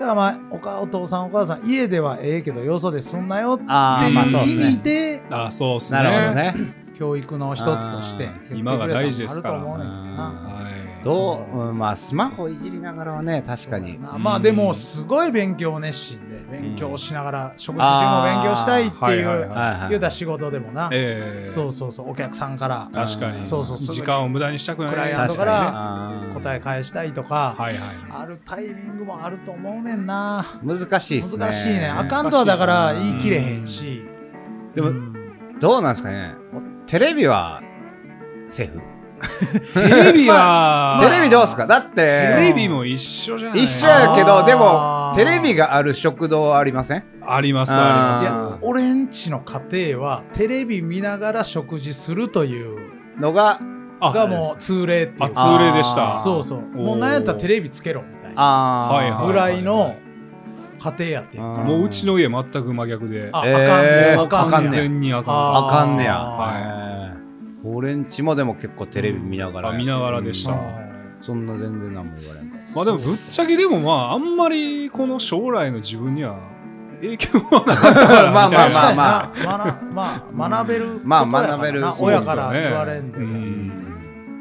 S1: だからまあおかお父さんお母さん家ではええけどよそですんなよって
S2: ああ、まあそうです
S1: いう意
S2: ね
S1: 味。で
S3: あそうですね
S2: なるほどね。
S1: 教育の一つとして
S2: あ
S1: 言ってくれたのもあると思うねんけど
S2: 今が大事ですから
S1: な
S3: はい
S2: どう、うんまあ、スマホいじりながらはね、確かに。
S1: まあでもすごい勉強熱心で勉強しながら食事中も勉強したいっていう、
S3: あーはいはいはい
S2: はいはい
S1: 言うたら仕事でもな、
S3: ええ
S1: そうそうそうお客さんから
S3: 確かに
S1: そうそうすぐ
S3: 時間を無駄にしたくない
S1: クライアン
S2: 確
S1: ト
S2: か
S1: か
S2: にね
S1: ら
S2: あー
S1: 答え返したいとか、
S3: はいはい
S1: あるタイミングもあると思うねんな
S2: 難しいですね。
S1: 難しいねあかんとはだから
S2: 難しい
S1: 言い切れへんし、
S2: でもどうなんですかねテレビは、セーフ。
S3: テレビは、
S2: テレビどうですかだって、
S3: テレビも一緒じゃない
S2: 一緒やけ
S1: あ
S2: ど、
S1: ー
S2: でも、テレビがある食堂ありません
S3: あります
S2: あー
S1: い
S3: あ
S1: や俺んちの家庭はテレビ見ながら食事するという
S2: のが、
S3: りますあ
S1: がもう通例っていう
S3: あ通例でした
S2: あー
S1: そうそうもうなんやったらテレビつけろみたいな
S2: あー
S3: はいはい
S1: ぐらいの家庭やってん
S2: あー
S3: もううちの家全く真逆で
S1: あ、
S2: えー
S1: あ
S2: あ
S1: かんねん
S3: 完
S1: あかんねん
S3: 全にあ
S1: あ
S3: か
S2: あかんねや。
S3: は
S2: はい。俺んちもでも結構テレビ見ながらや。
S3: あ見ながらでした
S2: うん。そんな全然何も言われんかっ
S3: まあでもぶっちゃけでもまああんまりこの将来の自分には影響はなかったか
S2: ま
S3: ら
S2: あまあまあ
S1: 確かにな、まあまあ、学べることやからな、
S2: まあ学べるそう
S1: 親
S2: です
S1: か
S2: よ
S1: ら言われんで
S3: う
S1: も、
S2: た。
S3: ん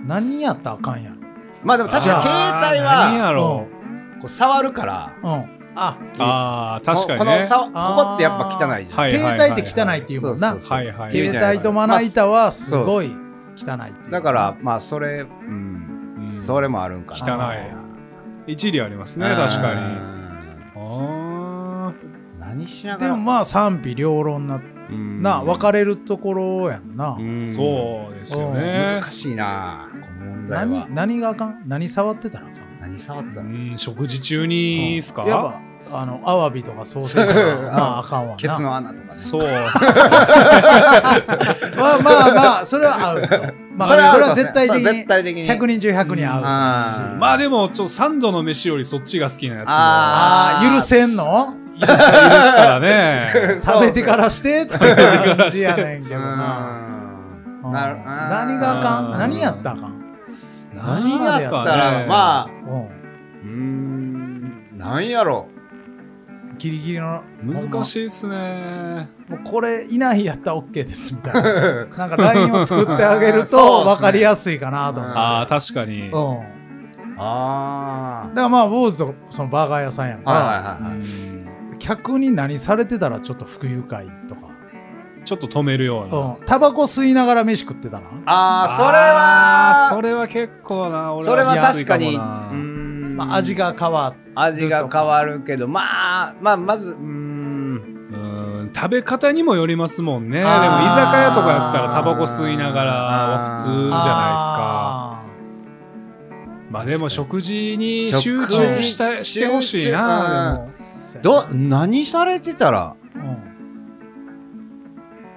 S1: 何やったらあかんやろ。
S2: まあでも確かに携帯
S3: あー何
S2: は
S3: やろ
S2: こう触るから、
S1: うん、うん、あ、
S3: うあー確かに
S2: このこ
S3: ね
S2: の触ここってやっぱ汚いじゃん。
S3: はい
S1: 携帯って汚いっていう
S2: そ
S1: も
S2: うんそ
S1: な
S2: う。そう
S3: はいはい
S2: 言うじゃな
S1: 携帯
S2: いですか
S1: とまな板はすごい汚いっていう。
S2: だから、まあそれ、うん、
S3: うん
S2: それもあるんか
S3: 汚
S2: な。
S3: い一理ありますね
S2: うん
S3: 確かにあー
S2: 何しなが
S1: で
S2: ら
S1: もまあ賛否両論な、
S2: うん
S1: な、分かれるところやんな。
S2: うん
S3: そうですよ
S2: う
S3: ね
S2: 難しいな、この問題は
S1: 何、。何があかん何触ってたらあかん
S2: 何触った
S3: う
S2: の
S3: ん食事中にですか
S1: やっぱ、あの、アワビとかソーセージ
S2: そう
S1: は、まああかんわな。
S2: ケツの穴とかね。
S3: そう
S1: まあまあまあ、それは合う と。まあ、それ
S2: ある
S1: は
S2: かもし
S1: 絶
S2: れ
S1: 対
S2: ない
S1: 的
S2: そう絶
S1: に。
S2: 対的に。
S1: 100人中100人合うと
S2: あー
S1: 思うし。
S3: まあでもちょっと3度の飯よりそっちが好きなやつも
S2: あ
S1: ああ、許せんの
S3: いっぱいですから ね
S1: 食べてからしてって感じやねんけどな。
S2: うん
S1: うん
S2: なるあー
S1: 何があか
S3: うん
S1: ん何やったらあかん
S2: 何があった
S3: 何があった
S2: ら、
S3: ら
S2: まあ、
S1: う
S2: うーん、なんやろ
S1: ん。ギリギリの。
S3: 難しいですね
S1: い。もうこれいないやったら OK ですみたいな。
S2: う。
S1: なんか LINE を作ってあげる
S2: そう
S1: と
S2: っすね
S1: 分かりやすいかなと思
S3: ああ確かに
S1: う。うん。
S2: あ
S1: だからまあ、坊主とそのバーガー屋さんやん
S2: あ。
S1: か
S2: はいはいはいはい。
S1: 客に何されてたらちょっと不愉快とか。
S3: ちょっと止めるような
S1: うん。タバコ吸いながら飯食ってたな。
S2: ああ、それ
S3: あー
S2: は
S3: それは結構な俺
S2: それは確か
S3: い
S2: に、うー
S3: や安いもなん
S1: まあ、味が変わっ
S2: 味が変わるけど、まあ、まあ、まず、うーん、
S3: うん食べ方にもよりますもんねでも居酒
S1: あー
S3: 屋とかやったらタバコ吸いながらは普通じゃないですかまあでも食事に集
S2: 食
S3: 中
S2: 事
S3: した
S2: 集中
S3: してほしいなでも
S1: ですか
S2: ど、何されてたら、
S1: うん、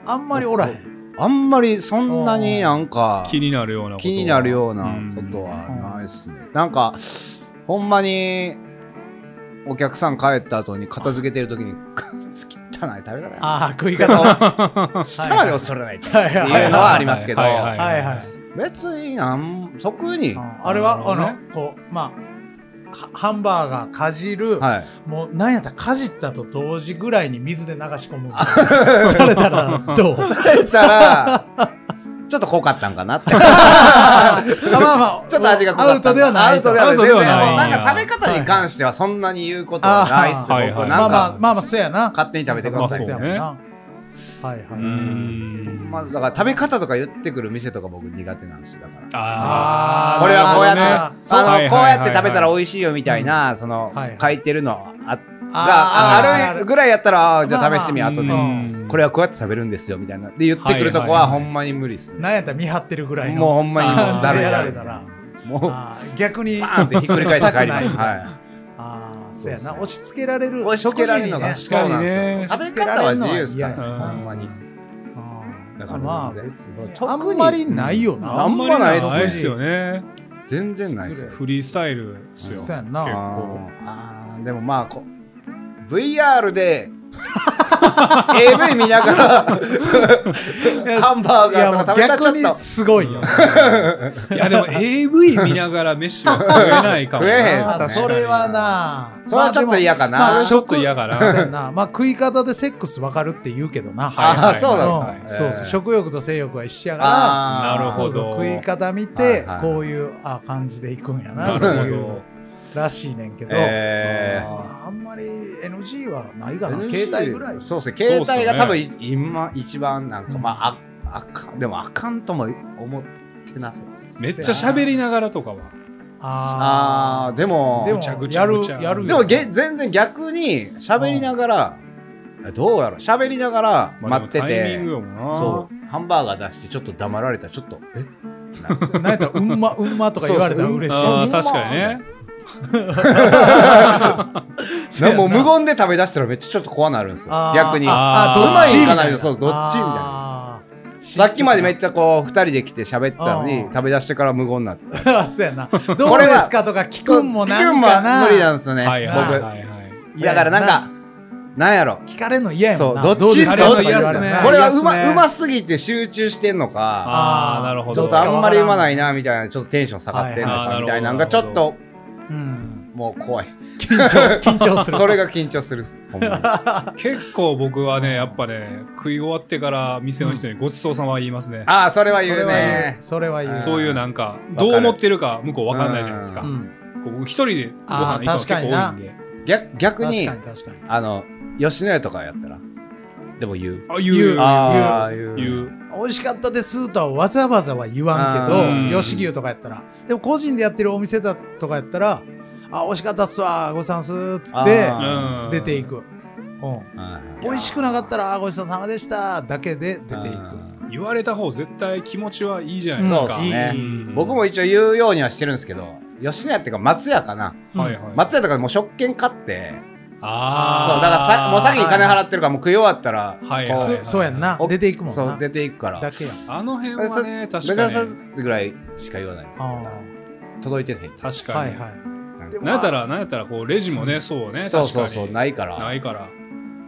S1: あんまりおらへ ん
S2: あんまりそんなになんか、
S3: 気になるようなこと
S2: 気になるようなことはないっすね。なんか、ほんまに、お客さん帰った後に片付けてる時に、 汚い食べ方やな。
S1: ああ食い方 は
S2: したら恐れないっていう
S1: はいはい
S2: のはありますけど、
S3: はいはい
S1: はいはい、
S2: 別になん、特に、
S1: う
S2: は
S1: んあれはあ
S3: な
S1: の、
S3: る
S1: こうまあかハンバーガーかじる、
S2: い。
S1: もうなんやったらかじったと同時ぐらいに水で流し込む された らどう
S2: だったら、 ちょっと濃かったんかなって。
S1: あまあまあ
S2: ちょっと味が濃かった。
S1: アウトではない
S2: アウトではない。
S3: アウトではない
S2: 全然もう
S3: は
S2: ないんか食べ方に関してはそんなに言うことはないっす。
S3: はい
S2: 僕
S3: はい
S1: ま
S2: な
S1: あ
S2: ん
S1: まあ
S2: か、
S1: まあまあそうやな
S2: 勝手に食べてください
S1: そうやもんなはいは
S3: う
S1: い、
S3: ん
S2: まあ、だから食べ方とか言ってくる店とか僕苦手なんですよ。だから。
S3: あー
S2: これはこうやって、
S1: なる
S2: あ
S1: ほどね
S3: うはいはい
S2: の、こう
S3: はい
S2: やって食べたら美味しいよみたいな、その
S1: はいはい、
S2: 書いてるのあが
S1: あー
S2: あるぐらいやったら、あーじゃあ試してみ、
S1: ま
S2: 後で
S1: う。
S3: ん
S2: これはこうやって食べるんですよみたいな。で、言ってくるとこ
S3: はい
S2: は
S3: はい
S2: ほ
S3: はい
S2: んまに無理っすね。
S1: なんやったら見張ってるぐらいの
S2: もうほんまに
S1: 感
S2: だ
S1: じ
S2: る
S1: で
S2: い
S1: や
S2: だ
S1: ら
S2: る
S1: れ
S2: い
S1: たら
S2: もう、
S1: あー逆に
S2: バーンってひっくり返して帰りま
S1: そ
S2: す。
S1: うしたくない
S2: は
S1: ああそうやな押し付けられる
S2: い。押し付けられるのが、
S1: 食事
S2: そうなん
S3: ね
S2: ですよ。食べ方は自由ですか
S1: 押し付けられるのは嫌や
S2: ら、
S1: な
S2: ほんまに。
S1: にね
S2: だ
S1: あ
S2: か
S1: ー
S2: ら
S1: まあ
S2: 全然
S1: 別に
S2: 特
S1: あ
S2: に
S1: んまりないよ
S3: あ
S1: なん
S3: んまりな
S2: あ
S3: い
S2: んまりない
S3: で
S2: っ
S3: す
S1: す
S3: よ
S1: よ
S3: ね
S2: 全然ないですよ。
S3: フリースタイルですよ
S1: そうやんな
S3: 結
S2: あ
S3: 構
S2: ーあーでもまあこ VR で AV 見ながら、ハンバーガーとか食
S1: 逆
S2: べたらちょ
S1: に
S2: っと。
S1: すごいよ。
S3: いやでも AV 見ながら飯は食えないかも な
S2: 食えへん
S1: まあ、それはな
S2: それはちょっと嫌かな
S1: まあでもまあ
S3: ちょっと嫌かな
S1: そうやなまあ食い方でセックス分かるって言うけどな、
S3: はい
S2: ああ、そう
S1: うん
S2: なんです
S1: そう
S2: ね。
S1: そう
S2: ッ
S1: 食欲と性欲は一緒やから
S3: なるほど
S1: そうそう食い方見て、
S2: はいはい
S1: こういうあ感じでいくんやな
S3: な
S1: って
S3: る
S1: い
S3: ほ
S1: うらしいねんけど、
S2: えー
S1: まああんまり NG はないかな
S2: NG
S1: 携帯ぐらい
S2: そうですね携帯が多
S3: そう
S2: 分い今一番なんか、
S1: うん
S2: まあああかんでもあかんとも思ってなさそう
S3: どめっちゃ喋りながらとかは
S2: あ
S1: あ
S2: ーでも
S1: ーでも
S3: ぐちゃぐち
S1: や
S3: ゃ
S1: る
S3: ぐちゃ
S1: やる
S2: でもげ全然逆に喋りながらどうやろう喋りながら
S3: まあ
S2: 待って
S3: でもタイミング
S2: て
S3: よもな
S2: そうハンバーガー出してちょっと黙られたらちょっとえ
S1: なんやったらうんまうんまとか言われたら嬉しい
S3: あー
S2: そう
S3: 確かにね
S1: や
S2: な
S1: な
S2: もう無言で食べ出したらめっちゃちょっと怖なるんですよ
S1: あー
S2: 逆に
S1: あ
S3: あ
S1: あ
S3: ー
S1: どっち
S2: うまい
S1: み
S2: いかな
S1: たいな
S2: そうどっちみたいな
S1: な
S2: さっきまでめっ
S1: ち
S2: ちゃこう二人で来て喋ってたのに
S1: あー
S2: 食べ出してから無言になって
S1: ゃ そうや などうですかとか聞くんもなんかな
S2: そう聞くんも無理なんですよね、
S3: はいはい
S2: 僕
S3: はいはい
S2: だからなんかなんやろ
S1: 聞かれるの嫌やもんな
S2: そうどっちですか
S1: どうですかとか言われるの
S3: どっちですか
S1: な
S3: ね
S2: これはう
S3: いいです
S2: ま
S3: ね
S2: うますぎて集中してんのか
S3: ああなるほ
S2: ちょ
S3: ど
S2: っとあんまりうま
S1: い、
S2: ないなみたいなちょっとテンション下がってんの
S3: はいは
S2: か
S3: い
S2: みたいなのがちょっと
S1: うん、
S2: もう怖い
S1: 緊張緊張する
S2: それが緊張するっすほんまに
S3: 結構僕はねやっぱね食い終わってから店の人にごちそうさまは言いますね、
S2: ああそれは
S1: そ
S2: 言
S1: れ
S2: う
S1: は言う
S2: ね
S1: それは言う
S3: そういうなんか
S2: ん
S3: どう思ってるか向こう分かんないじゃないですか、
S1: うん
S3: こう僕一人でご飯行くの
S1: あー
S3: 結構多いんで
S2: 逆逆
S1: 確
S2: に
S1: かに確かに
S2: あの吉野家とかやったらでも言う
S3: あ言う
S1: 言う
S2: ああ言う
S3: 言う
S1: 美味しかったですとはわざわざは言わんけ
S3: う
S1: ど
S3: ん
S1: 吉牛とかやったらでも個人でやってるお店だとかやったらあ美味しかったっすわごちそうさんっすっつって
S2: あ
S3: うん
S1: 出ていく、うん、
S2: はい
S1: 美味しくなかったらあごちそうさまでしただけで出ていく
S2: あ
S3: 言われた方絶対気持ちはいいじゃない
S1: ん
S3: です
S2: そう
S3: か、
S2: ですね
S1: いい
S3: うん
S2: ー僕も一応言うようにはしてるんですけど吉野家っていうか松屋かな
S3: はいはい、
S2: 松屋とかもう食券買って
S3: ああ
S2: そうだからさもう先に金払ってるからもう食い終わったら、
S3: はい
S2: こう
S1: そ
S3: はい
S1: そうやんな
S2: お
S1: 出ていくもん
S2: そう
S1: な
S2: 出ていくから
S1: だけやん
S3: あの辺はね
S2: 別
S3: 確
S2: に
S3: か
S2: さ
S3: に
S2: ぐらいしか言わないです
S1: あ
S2: 届いてない
S3: 確
S1: ー
S3: か
S1: は
S3: に、
S1: いはい
S2: なん
S1: で
S2: か
S1: も
S3: なんやったらなんやったらこうレジもね、そうね
S2: そう
S3: 確か
S2: そう
S3: に
S2: そうないから
S3: ないから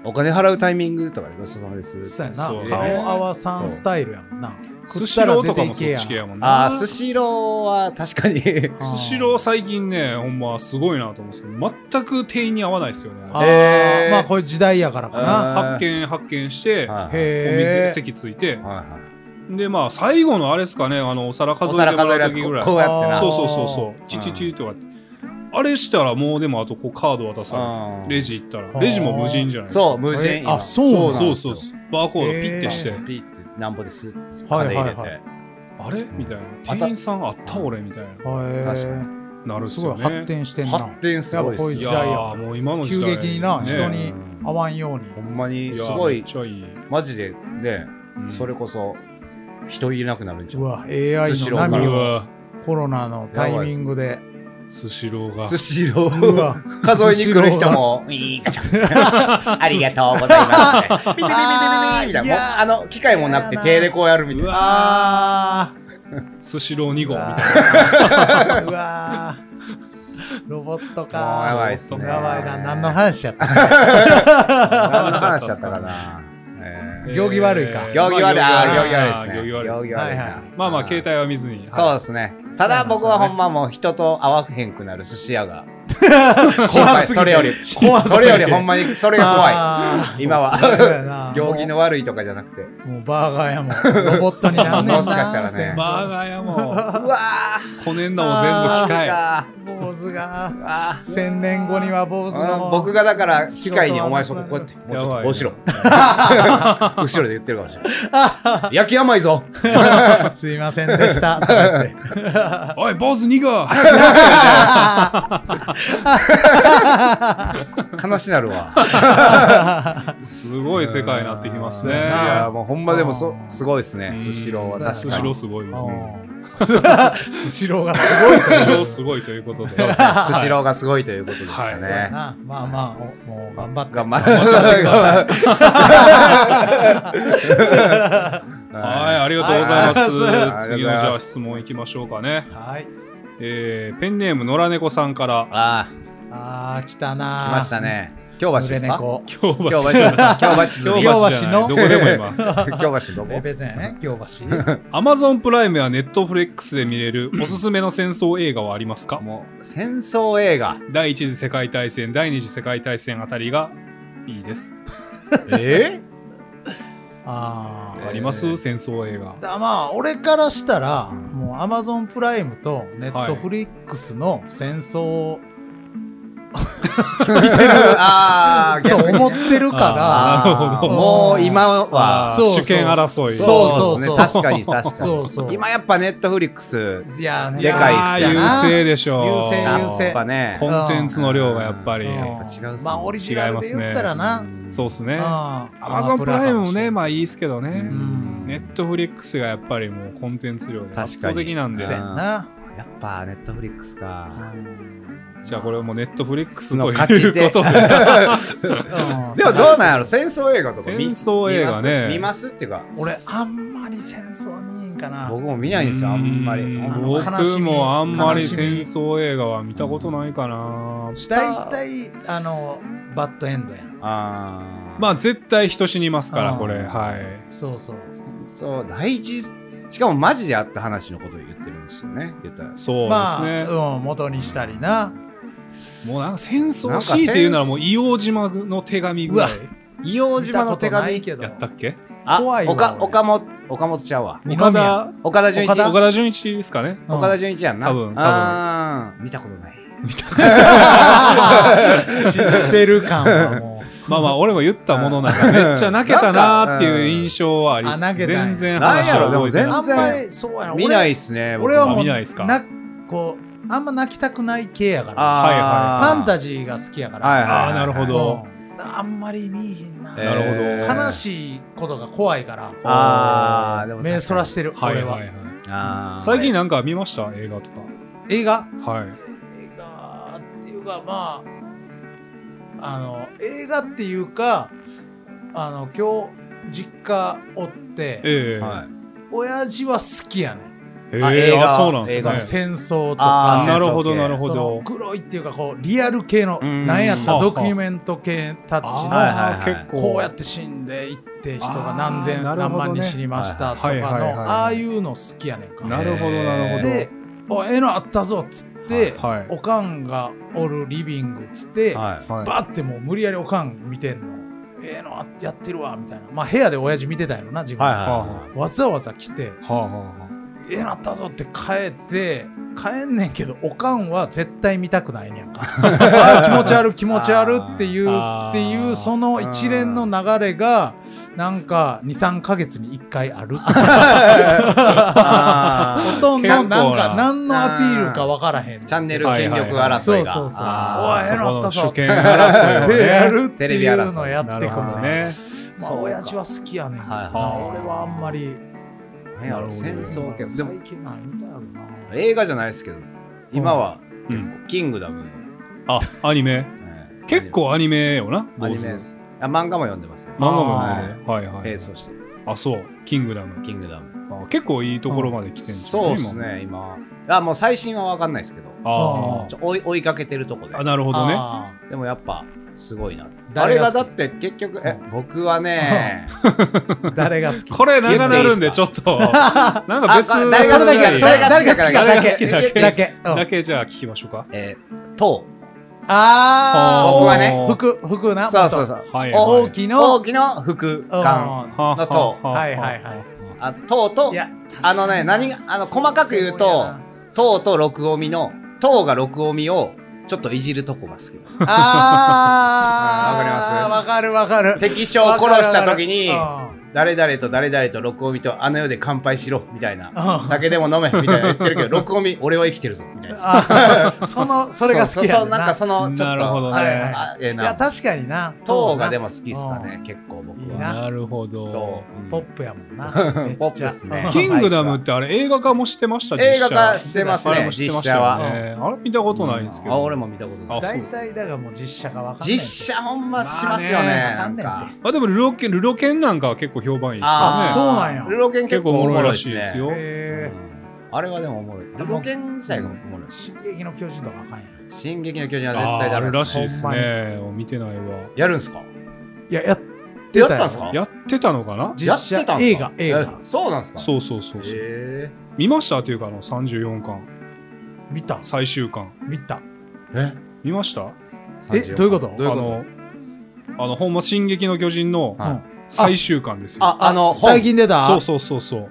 S2: お金払うタイミングとかでごちそうさまです
S1: そうやな
S3: そうね
S1: 顔合わさんスタイルやもんな食
S3: ス
S1: っ
S3: シ
S1: たら
S3: ロー
S1: 出
S3: と
S1: て
S3: か
S1: い
S3: もそ
S1: け
S3: っ
S1: や
S3: ち系やもんな
S2: ああスシローは確かに
S1: あー
S3: スシロー最近ねほんますごいなと思うんですけど全く店員に合わないですよね
S1: あー、
S2: えー
S1: まあこういう時代やからかな
S2: あー
S3: 発見発見してお
S2: はいはい
S1: へ
S3: 店
S1: え
S3: 席ついて
S2: はいはい
S3: でまあ最後のあれですかねあのお皿
S2: お
S3: 数え
S2: 皿
S3: ても
S2: 数える
S3: ら
S2: や
S3: う
S2: つ
S3: 時
S2: こ
S3: ぐらいう
S2: こうやってな
S1: あー
S3: そうそうそうそうチュチュチュとかってあれしたらもうでもあとこうカード渡さ
S2: あ
S3: れ
S2: ー
S3: てレジ行ったらレジも無人じゃないですか
S2: そう無人
S1: えあそう
S2: そ
S3: そうう
S2: なん
S3: そう
S2: です
S3: そ
S2: よ
S3: うバーコードピッてし
S2: そ
S3: て
S2: うピーってなんぼですって金
S1: はい
S2: 入
S1: は
S2: れ
S1: いはい
S2: て
S3: あれみたいな店員さんあった俺みたいな
S1: へ
S2: 確か
S1: ー
S3: なるっ
S1: す
S3: す
S1: ご
S3: よ
S1: い
S3: ね
S1: 発展してんな
S2: 発展すごいっす
S1: やっぱこ
S2: よ
S1: ういう
S3: い
S1: 時
S3: や
S1: 代や
S3: ーもう今の時
S1: 急
S3: 代
S1: 激にな
S3: ね
S1: 人に合わんように
S2: ほんまに
S3: い
S2: す
S3: や
S2: ご
S3: めっ
S2: い
S3: ちゃいい
S2: マジでね
S3: うん
S2: それこそ人いなくなるんちゃ
S1: う
S2: う
S1: わ AI の
S3: う
S1: 波を
S3: わ
S1: コロナのタイミングで
S3: スシローが
S2: スシロ
S1: う
S2: ー
S1: わ
S2: 数えに来る 人もウィーンガチャありがとうございますピピピピピピピ
S1: あー
S2: みたい
S1: い
S2: な
S1: や
S2: もうあの機械もなくて手でこうやるみたいうな
S3: わ
S1: あ
S3: スシロー2号みたいな
S1: ーうわーロボットか
S2: もうやばいっすね
S1: やばいな何の話やった
S2: 何の話だったかなえ
S1: え行儀悪いか
S2: ー行儀悪いあー行儀悪い
S3: 行儀
S2: で
S3: 悪いですす
S2: ね
S3: ね
S1: はいはい
S3: まあまあ携帯は見ずに
S2: そう
S3: は
S2: ですね。ただ僕はほんまもう人と会わへんくなる寿司屋が。
S1: 怖
S2: 心配
S1: すぎて
S2: それより。
S1: 怖すぎて
S2: それよりほんまにそれが
S1: あー
S2: 今は
S1: そうっすねそうやな
S2: 怖い。行儀の悪いとかじゃなくて。
S1: もうもうバーガーやもんロボットになんね んな
S2: もしかしたらね
S1: 全
S3: い
S1: 部
S3: バーガー屋も
S2: うわ
S3: こねんのも全部機
S2: ー
S3: 械
S2: あ
S1: 坊主が
S2: ーあー
S1: 千年後には坊主
S2: う
S1: の
S2: ん僕がだから機械にお前そここうやってもうちょっとこうしろ後ろで言ってるかもしれない焼き甘いぞ
S1: すいませんでしたとか言って
S3: おい坊主2号
S2: 悲しなるわ
S3: すごい世界になってきますね
S2: い
S3: い
S2: やー
S3: や
S2: もうほんまでもそ
S1: うん
S2: すごいですねスシローは確
S3: ス
S2: か
S3: シロー
S2: に
S3: すごいよ
S1: うんスシローがすごいと
S3: スシ
S1: いう
S3: ローすごいということで
S2: スシローがすごいということですね、
S3: はいそう
S1: なまあまあおもう頑張って
S2: 頑張ってください
S3: はいありがとうございま
S2: はい
S3: す次
S2: ありがとうござい
S3: のじ
S2: ま
S3: ゃあ
S2: す
S3: 質問いきましょうかね
S1: はい
S3: えーペンネーム野良猫さんから
S2: あ
S1: ああ、来たな。
S2: 来ました。ね。京橋
S1: 濡
S2: で
S1: れ
S2: すか
S1: 猫。
S3: 京橋
S2: 京橋。
S3: 京
S2: 京
S3: 橋じ
S2: 橋
S1: 京橋
S3: ゃない
S1: の
S3: どこでもいます。
S2: 京 橋ど
S1: レ
S2: こ
S1: ベゼン、京橋。
S3: アマゾンプライムやネットフレックスで見れるおすすめの戦争映画はありますか
S2: もう戦争映画。
S3: 第一次世界大戦、第二次世界大戦あたりがいいです。
S2: え
S1: あ
S2: え
S1: あ
S2: ー。
S3: あります戦争映画。
S1: だまあ、俺からしたら、もうアマゾンプライムとネットフリックスの戦争
S2: ああ、
S1: と
S2: 逆に
S1: 思ってるか
S2: あー
S1: ら
S2: もう今は
S3: あー
S1: そうそう
S3: 主権争い。
S1: そうそう、
S2: ですね確かに確からに。
S1: そうそう。
S2: 今やっぱネットフリックス、
S1: いや、ね、
S2: でかいっすよな
S3: あー優勢でしょう。
S1: 優勢
S2: や
S1: 優勢
S2: っぱね、
S3: コンテンツの量がやっぱり。
S1: うん
S2: ぱ違うっすね
S1: まあ、オリジナルで言ったらな。
S3: そうですね。ア
S1: ア
S3: マゾンプライムもね、まあいいですけど
S2: う
S3: ね。
S2: ん
S3: ネットフリックスがやっぱりもうコンテンツ量が圧
S2: 確か
S3: 倒
S2: に
S3: 的なんで
S1: せ。んな。
S2: やっぱネットフリックスか。
S3: じゃあこれもネットフリックス
S2: の
S3: と
S2: 勝ち
S3: いうことで。
S1: うん
S2: でもどうなんやろ戦争映画とか見
S3: 戦争映画ね
S2: 見ます見ますっていうか、
S1: 俺、あんまり戦争見えんかな。
S2: 僕も見ないんですよ、あんまり。
S3: う
S1: の
S3: 僕
S1: 悲しみ
S3: もあんまり
S1: 悲し
S3: 戦
S1: み
S3: 争映画は見たことないかな。
S1: 大体、あの、バッドエンドやん。
S2: あー
S3: まあ絶対人死にますから
S1: うん
S3: これはい
S1: そうそう。
S2: そう、第一、しかもマジであった話のことを言ってるんですよね、言ったら。
S3: そう
S1: ま
S3: で
S1: あ、
S3: すね、
S1: うん、元にしたりな。
S3: もうなんか戦
S2: なん
S3: 争
S2: か
S3: 強いて言うならもう硫黄島の手紙ぐらい
S2: 硫黄島の手
S1: 見たことない
S2: 紙
S1: けど
S3: やったっけ
S2: あ、
S1: 怖いわ
S2: 岡
S1: 俺
S2: 岡本、岡本ちゃうわ。
S1: 二
S3: 岡
S1: 宮
S3: 田
S2: 岡田准一。
S1: 岡
S2: 岡
S1: 田
S2: 田
S3: 岡田准一ですかね
S1: うん
S2: 准一やんな。
S3: 多分多分
S2: あー見たことない。
S1: 知ってる感はもう。
S3: まあまあ俺も言ったものなんかめっちゃ泣けたなーっていう印象 はありつ
S1: うんあ泣
S3: つ
S1: けたんや
S3: 全然話は覚えて
S2: なんやろでも全然
S3: ない
S1: あんまり、そうやな。
S2: 見ないっすね。
S1: 俺俺は
S2: 僕
S1: もう、
S3: 見ないっすか
S1: こう、あんま泣きたくない系やから。フ
S2: あー
S1: ァンタジーが好きやから。
S2: はいはい
S3: ああーなるほど
S1: うんあんまり見えへんな。
S3: えなるほど
S1: 悲しいことが怖いから、こう
S2: あーでも
S1: 目そらしてる、
S3: はい
S1: 俺
S3: はいは。
S1: はい
S2: あー
S3: 最近なんか見ました映画とか
S1: 映画
S3: はい
S1: 映画っていうか、まあ、あの、映画っていうか、あの、今日、実家おって、
S3: ええ
S2: はい
S1: 親父は好きやねん。
S2: あ
S3: え
S2: 映
S3: え
S2: 画
S3: あそうなんです
S2: 映画
S3: ね
S1: 戦争と
S2: あ
S1: か
S2: ー、
S3: なるほど
S2: 戦争系
S3: なるほ
S1: その
S3: ど
S1: 黒いっていうか、こう、リアル系の、
S2: うん
S1: なんやった
S3: はあ
S1: ら
S3: はあ
S1: ドキュメント系タッチの、
S2: はいはい
S3: ああ結構
S1: こうやって死んでいって人が何千
S3: あーなる
S1: 何
S3: ほどね
S1: 万人死にましたとか
S3: はいはいはいはい
S1: のああいうの好きやねん
S3: な
S1: か。
S3: るほどなるほど
S1: で「おええのあったぞ」っつって
S3: はい
S1: おかんがおるリビング来てバ
S2: はい
S3: はい
S1: ッてもう無理やりおかん見てんの「ええのあやってるわ」みたいなまあ部屋で親父見てたんやろな自分
S2: はい
S1: わ
S2: は
S1: ざわざ来て
S3: はあはあは
S1: 「ええのあったぞ」って帰って帰んねんけどおかんは絶対見たくないねんか あー気持ち悪い気持ち悪いっていう
S3: あー
S1: っていうその一連の流れがなんか23ヶ月に1回 あるっていう
S2: あ
S1: ほとんどなん
S3: 結構な
S1: か何のアピールか分からへん。
S2: ーチャンネル
S3: はい
S2: 権
S3: はい
S2: 力
S3: はい
S2: 争いが。
S1: そうそうそう
S3: あ
S2: あ
S1: おい
S2: ー
S1: 偉かったぞ
S3: そこの主権争いを ね
S1: でやるって
S2: テレビ
S1: いうの
S2: 争
S1: を
S2: い
S1: や
S3: な
S1: っ
S3: る
S1: てこ
S3: ほど
S1: ない。
S3: ね
S1: まあ親父は好きやねんけど
S2: はい
S1: な。
S3: はい
S1: 俺はあんまり。
S2: なんやろ戦争系。でも
S1: 最近なんだろうな。
S2: 映画じゃないですけど、今は
S3: う
S2: 結
S3: ん
S2: 構キングダムの。
S3: あアニ
S2: え
S3: メ
S2: ー
S3: 結構アニメよな
S2: アニメ
S3: 坊主
S2: です。あ漫画も読んでますね。
S3: 漫画も読んでるはいはい、
S2: 並走してる
S3: あそうキングダム
S2: キングダム。
S3: あ結構いいところまで来てんじゃん
S2: そうですね、今。あ、もう最新はわかんないですけど。
S3: あ
S2: ちょ追い追いかけてるとこで
S3: ーあ。なるほどね
S1: あ
S2: でもやっぱ、すごいな。あれ
S1: 誰
S2: が
S1: が好き
S2: だって結局、え、僕は ね、
S1: ー誰が好き
S3: これ長なるんでちょっとなんか別
S2: あこ
S1: あ
S2: れ誰
S1: それだ
S2: 好
S1: け、
S2: き
S1: それ
S2: 誰
S1: 誰が
S2: が
S1: 好きかだけ。
S3: 誰が好き
S1: だけ。うん
S3: だけじゃあ聞きましょうか
S2: えー、と
S1: あー
S2: 僕はね
S1: お服、服な。
S2: そうそうそう。
S3: はい
S2: お
S1: 大きの。
S2: 大きな副
S1: うん
S2: 官。
S3: は
S2: のと
S1: はいはいはい
S2: あ、とうと
S1: い、や
S2: あのね、何が、あの、細かく言うと、とうと録音みの、とうが録音みを、ちょっといじるとこが好き。
S1: あ
S2: わかり
S1: あ
S2: ます
S1: わかるわかる。
S2: 敵将を殺した時に
S1: わ、かる
S2: 誰々と誰々と録音みとあの世で乾杯しろみたいな
S1: うん
S2: 酒でも飲めみたいな言ってるけど録音み俺は生きてるぞみたいな
S1: わかる うんあその それが好きや
S2: そうそうそうなんかそのちょ
S3: な
S2: っ
S3: るほ
S2: と
S3: ど
S1: はいはい
S3: ね
S2: あええ
S1: いや
S2: な
S1: 確かにな。
S2: 塔がで
S1: も
S2: も好きですかね結構僕
S1: いい
S2: は
S1: な
S3: なるほど
S2: と
S1: ポップやもん な。めっちゃ
S2: ポップっすね
S1: うん
S3: キングダムってあれ映画化もしてました
S2: 映画化
S3: 実写
S2: してます
S3: あれ
S2: ね
S3: もしてま
S2: 実
S3: した
S2: 写
S3: よ
S2: は
S3: ねあれ見たことないんですけど
S2: あ俺も見たことない
S3: あ
S1: 大体だからもう実写がわかんない。
S2: 実写ほんましますよ
S1: まあ
S2: ね
S1: ね
S2: なん
S1: わかんね
S2: か
S1: ん
S3: まあでもルロケン、ルロケンなんかは結構評判いいですから
S1: あ
S3: ね。
S1: そうなんや
S2: ルロケン結構おもろいです
S3: 結構おもろいらしいです
S2: ね
S3: よ
S2: うん
S1: へ
S2: あれはでもおもろいルロケン自体がおもろい
S1: 進撃の巨人とかあかんやん。
S2: 進撃の巨人は絶
S3: あ
S2: 対
S3: ーあ
S2: ダメ
S3: る
S2: で
S3: ら
S2: す
S3: しい
S2: ね。
S3: ですね。見てないわ。
S2: やるんすか
S1: いや、やって
S2: やったた
S1: よ
S2: んすか
S3: やってたのかな
S1: 実写
S2: やってたんすか
S1: 映画、映
S2: や
S1: 画。
S2: そうなんすかう。
S3: そうそうそうそう。
S2: え
S3: 見ましたというか、あの34巻、
S1: 見た、
S3: 最終巻。
S1: 見た。
S2: え
S3: 見ました
S1: えどういうこと
S2: どういうこと
S3: あの、あのほんま、進撃の巨人の
S1: う
S2: はい
S1: ん
S3: 最終巻ですよ。
S2: あ、あの、
S1: 最近出た
S3: そうそうそうそう。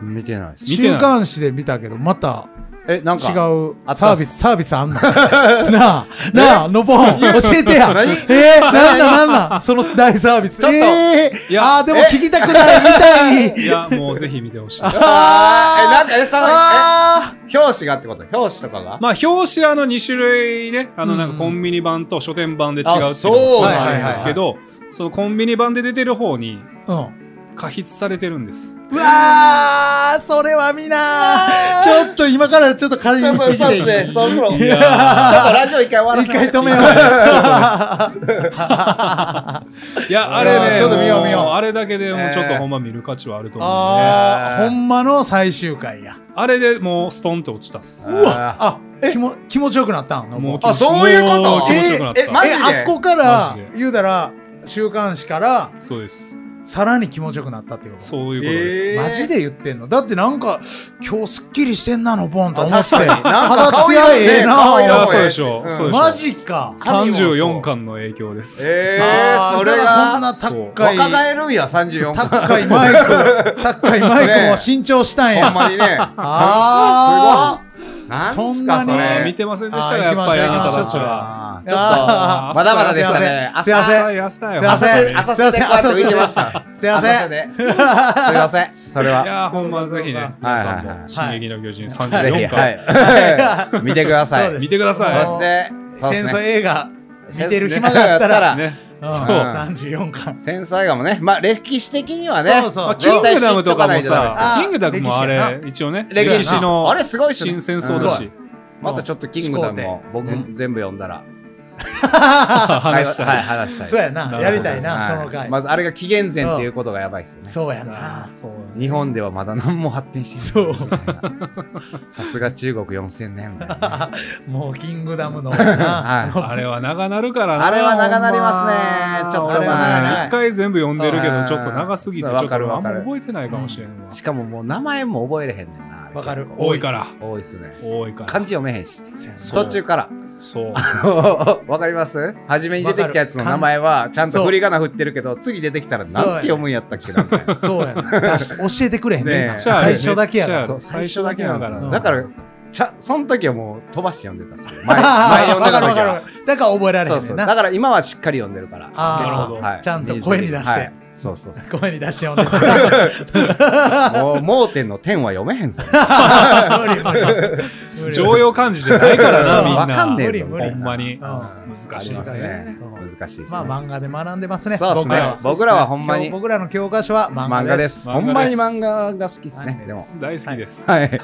S2: 本見てないです。
S3: 見てな
S1: 週
S3: い
S1: 刊誌で見たけど、また
S2: え、なん
S1: 違
S2: か、
S1: う
S2: あった
S1: サ
S2: んす
S1: ービス、サービスあんの なあ、なあ、のぼん、教えてや。
S2: 何
S1: えー、なんだなんだ、その大サービス。
S2: ちょっと
S1: え
S3: い
S1: ー、
S3: や
S1: あー、でも聞きたくない、みたい。
S3: いや、もうぜひ見てほしい。
S2: あーえ、なんか、え、その、
S1: あ
S2: え、表紙がってこと表紙とかが
S3: まあ、表紙はあの2種類ね、あの、なん
S1: うん
S3: かコンビニ版と書店版で違うっていうの
S2: あ
S3: が
S2: そう
S3: あるんですけど、そのコンビニ版で出てる方に
S1: ーうん。
S3: 過筆されてるんです。
S1: うわー、それはみなー。ちょっと今からちょっと借り
S2: そう
S1: に行
S2: そ
S1: って
S2: うそう
S1: き
S2: で
S1: て。
S2: すね。そろそろ。ちょっと
S3: いや
S2: ラジオ一回終わら
S1: 一
S2: せて
S1: 回止めよう。
S3: ーいや、あれ
S1: あー
S3: ね、
S1: ちょっと見よう見よう
S3: もあれだけでもうちょっ
S2: え
S3: と
S2: ー
S3: ほんま見る価値はあると思うんでね、
S1: あー、ほんまの最終回や。
S3: あれでもうストンと落ちたっす。
S1: うわあ気も気持ちよくなったんの
S3: もう
S2: あ、そういうこ
S3: も
S2: と
S3: う気持ちよくなった
S2: え、えマジで
S1: えあっこから
S3: マジで
S1: 言うたら週刊誌から
S3: そうです。
S1: さらに気持ちよくなったっていうこと
S3: そういうことです。
S2: えー
S1: マジで言ってんのだってなんか今日すっきりしてんなのボンと思
S2: あ
S1: って
S2: 確かになんか
S1: 肌
S2: 顔
S1: ツ
S2: 色
S1: ヤ
S2: ね
S1: ええ
S2: 顔色
S1: な
S3: も
S2: もええし
S3: あそうでしょ
S2: ん
S3: そうでしょ
S1: マジか
S3: 34巻の影響です。
S2: え
S1: あ
S2: ー、
S1: ー
S2: それ
S1: だからそん
S2: が、
S1: な
S3: そう
S1: 高い
S2: 若返るんや、34巻。
S1: 高いマイ ク高いマイクも新調したん
S2: ほん
S1: や
S2: まにね。
S1: あ
S2: すごい。なんす
S1: そ
S2: か
S1: んなに
S2: それ
S3: あー見てませんでしたが、
S1: あー
S3: やっぱりあ
S1: 行きましょう行きま
S3: なたたち
S1: しょう
S3: は。
S2: あー
S1: ち
S2: ちょっと、まだまだでしたね。
S1: すいません
S3: 浅い浅い
S1: すいません
S3: 浅い
S1: せん
S2: 浅瀬でこうやって浮いてました。
S1: すいません
S2: 浅瀬で。すいません。それ
S3: い
S2: は。
S3: やーほんまぜひね、皆さん
S2: はいはいは
S3: も「
S2: い
S3: 進撃の巨人
S2: ぜひ、
S3: 34
S2: は
S3: 巻
S2: い。 見てくださ
S1: そうです
S2: い。
S3: 見てください
S2: そして、そう
S1: 戦
S2: です
S1: 争
S2: ね
S1: 映画見てる暇があった ら」
S3: ね
S1: うん
S3: そう
S1: 34巻
S2: 戦争映画もね、まあ歴史的にはね、
S1: そうそう
S3: まあキングダムとかも
S2: 絶
S1: メで
S2: 対知っとかないとダ
S3: さ
S1: すよ
S3: キングダムもあ
S1: あー歴
S3: れ一応ね
S2: メです
S1: あ
S2: よ歴
S1: 歴
S2: 史
S1: 史
S2: の。
S3: の
S2: あれすごいっすね
S3: 新。戦争だ
S1: す
S3: し
S2: またちょっとキングダムも僕
S1: うん
S2: 全部読んだら会話
S3: 話し
S2: はい
S3: たい
S2: 話したい。
S1: そうやな
S3: なるほど
S1: やりたい
S2: は
S1: ないその回
S2: まずあれが紀元前っていうことがやばいっすよね。
S1: そうや
S3: あ
S1: な
S3: ーそう
S2: 日本ではまだ何も発展してないみたいな。さすが中国4000年みたいなね。
S1: もうキングダムのな
S2: はい
S3: あれは長なるからな
S2: あれは長なりますね
S3: ほんま
S2: ちょっ
S1: と
S3: 俺は
S1: あれは長い
S3: 一回全部読んでるけ
S2: う
S3: ど
S2: ん
S3: ちょっと長すぎてち
S2: そう
S3: ょっ
S2: わ
S3: と
S2: か
S3: あん
S2: るわか
S3: ま
S2: る
S3: 覚えてないかもしれんわ
S2: しかももう名前も覚えれへんねんな。
S1: わかる
S3: 多いから
S2: 多いっすね。
S3: 多いから
S2: 漢字読めへんし。
S1: そうやな
S3: そう
S2: 途中から。
S3: そう
S2: わかります初めに出てきたやつの名前はちゃん
S1: そ
S2: と
S1: う
S2: 振り仮名振ってるけど次出てきたらなんて読むんやったっけなみたいな
S1: そうやな。出し教えてくれへん
S2: ねえ
S1: ねんな。
S3: じゃあ
S1: 最初だけや
S3: めっ
S1: な
S3: ちゃ。
S2: そう
S3: 最初だけなんですよ
S2: 最初だけなんですよだからちゃその時はもう飛ばして読んでたし 前前読ん
S1: わ
S2: だ
S1: かる
S2: 時
S1: わか
S2: は
S1: る。だから覚えられへ
S2: そうん
S1: ね
S2: そ
S1: ん
S2: う
S1: な。
S2: だから今はしっかり読んでるから
S1: あー
S3: なるほど
S2: はい
S1: ちゃんと声に出して
S2: はいそうそうそう
S1: 声に出して読んで
S2: もう盲点の点は読めへんぞ
S1: 無理無理無理。
S3: 常用漢字じゃな いからなみんな
S2: わかんねえ
S1: 無理
S2: ぞ
S1: 無
S3: ほ
S1: 理
S3: んまに
S1: ん
S3: 難しいで
S2: あります
S3: すね
S2: ね
S1: うん
S2: 難しいですね
S1: まあ漫画で学んでますね。
S2: そうっす
S1: 僕
S2: ね
S1: らは
S2: 僕らはほんまに
S1: 今日僕らの教科書は漫
S2: 漫
S1: 画
S2: 画
S1: で。
S2: ですす
S3: 漫画です
S2: ほんまに漫画が好きです
S1: アニ
S2: ね
S1: メ
S2: で
S1: で
S2: も
S1: す
S3: 大好きです
S2: はい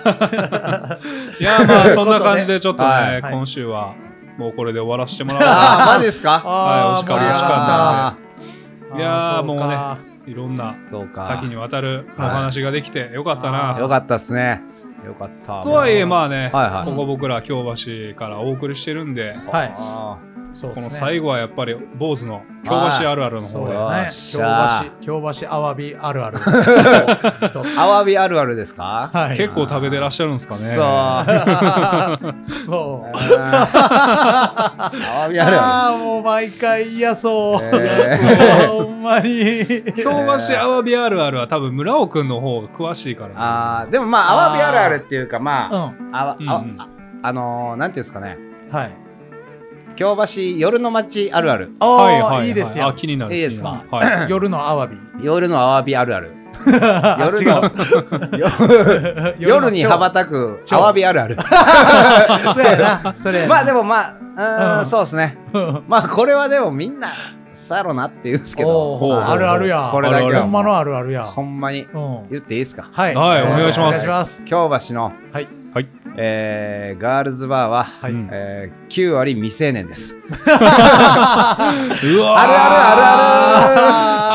S3: いやまあそんな感じでちょっと
S2: は
S3: ね
S1: い
S3: 今週はもうこれで終わらせてもらおうかな
S2: ああマジですか
S1: ああ、
S3: はい
S1: 盛り
S3: 惜
S1: 上が
S3: しか
S2: あ
S1: った。
S3: いや
S1: あ
S3: ーもうね
S1: そか
S3: いろんな
S2: ーそうか
S3: 多岐にわたるお話ができてよかった
S1: あ
S3: な。
S2: よかったっすね。よかった。
S3: とはいえ
S2: あ、
S3: まあね、
S2: はいはい
S3: ここ僕ら京橋からお送りしてるんで、
S1: はい
S2: あ
S1: そうっ
S3: この
S1: すね。
S3: 最後はやっぱり坊主の京
S2: はい
S3: 橋あるあるの
S1: そ
S3: 方
S1: う
S3: で。
S1: や
S2: よ
S1: ね
S2: っ。しゃー
S1: 京橋、京橋、アワビ、あるある。一
S2: ー
S1: つ。
S2: アワビあるあるですか。
S1: はい
S3: 結構食べてらっしゃるんですかね。
S2: そう。あ
S1: そう。
S2: ーアワ ビあ
S1: ああ、もう毎回嫌そう。
S2: えー
S1: 嫌そう ほんまに。
S3: 京橋アワビあるあるは多分村尾くんの方が詳しいか
S2: る。
S3: ら、
S2: あーでもまあアワビあるあるっていうかま
S1: うん。
S2: あ
S1: は
S2: あわ
S3: うん
S2: あああのーなんていうんですかね。
S1: い。
S2: 京橋夜の街あるある。
S1: ああ、、
S3: はいははい
S1: です
S3: あ
S1: よ。
S3: 気になる。
S2: いいです
S3: か
S2: か。
S3: はい。
S1: 夜のアワビ。
S2: 夜のアワビあるある。
S1: あ
S2: 夜
S1: 違
S2: の
S1: う
S2: 夜夜に羽ば
S1: た。
S2: たく
S1: 蝶
S2: アワビあるある。
S1: そうやな。それやな。
S2: まあでもまあうー
S1: うん
S2: んそうですね。まあこれはでもみんなさやろなって言うんですけ
S1: おうほう
S2: ど
S1: あるあるや
S2: これだけ
S3: あるあ
S2: は
S3: る
S1: ほんまのあるあるや。
S2: ほんまに
S1: うん。
S2: 言っていいですか
S1: はい。
S3: はい
S2: お願いしま
S1: お願い
S2: す
S1: します。
S2: 京橋の
S1: はい。
S3: はい
S2: えーガールズバーは、
S1: はい
S3: うん
S2: えー9割未成年です。
S3: う
S2: あ
S3: わー
S2: るあ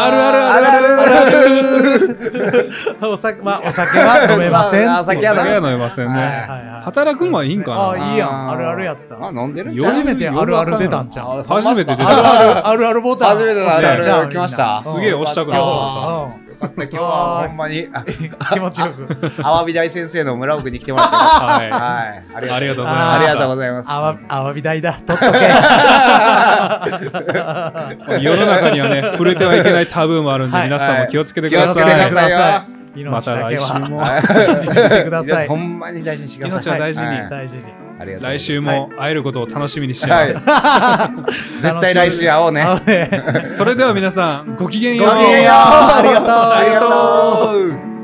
S2: るあるあるあるあるあるあるある
S1: お酒まあお酒は飲めません
S2: そうお酒はダ
S3: 酒は
S2: メ
S3: 飲めません
S2: は
S3: ね
S2: い
S3: 働くのはいいんかな
S1: あいいやん
S2: ー
S1: あるあるやった
S2: あ、飲んでるんちゃう
S1: 初めてあるある出たんちゃう
S2: あほんまっすか
S3: 初めて出た
S1: あるあるあるあるボタン
S2: 初めて
S1: 押したんちゃう
S2: 来ました。
S3: すげえ押したくなった
S1: うん
S2: よかった、今日はほんまに、あ
S1: 気持ちよく
S2: あわび大先生の村奥に来てもらってます。
S3: は
S2: は
S3: い
S2: い。あり
S3: あり
S2: がとう
S3: がとうござ
S2: ございま
S3: いました
S2: す。ありがとうございます。
S1: あわあわび代だ取っとけ
S3: 世の中にはね触れてはいけないタブーもあるんで、
S1: はい
S3: 皆さんも気をつけてく
S2: 気
S3: だ
S2: をつ
S3: さ
S2: け
S3: い、
S2: てくださいよ
S3: ま
S1: 命
S3: た
S1: だ
S3: 来
S1: け
S3: 週も
S1: は 大事にしてください
S2: ほんまに大事にしてくだ
S3: 命
S2: さい。
S3: は大事に、
S2: はい
S1: 大事に
S2: ありがとうございます
S3: 来週も会えることを楽しみにしてい
S2: は
S3: ま
S2: い。
S3: す、
S2: 絶対来週会おうね。
S1: あのね
S3: それでは皆さんごきげん
S1: ご
S3: よう
S1: きげんようありがとう
S2: ありがとう。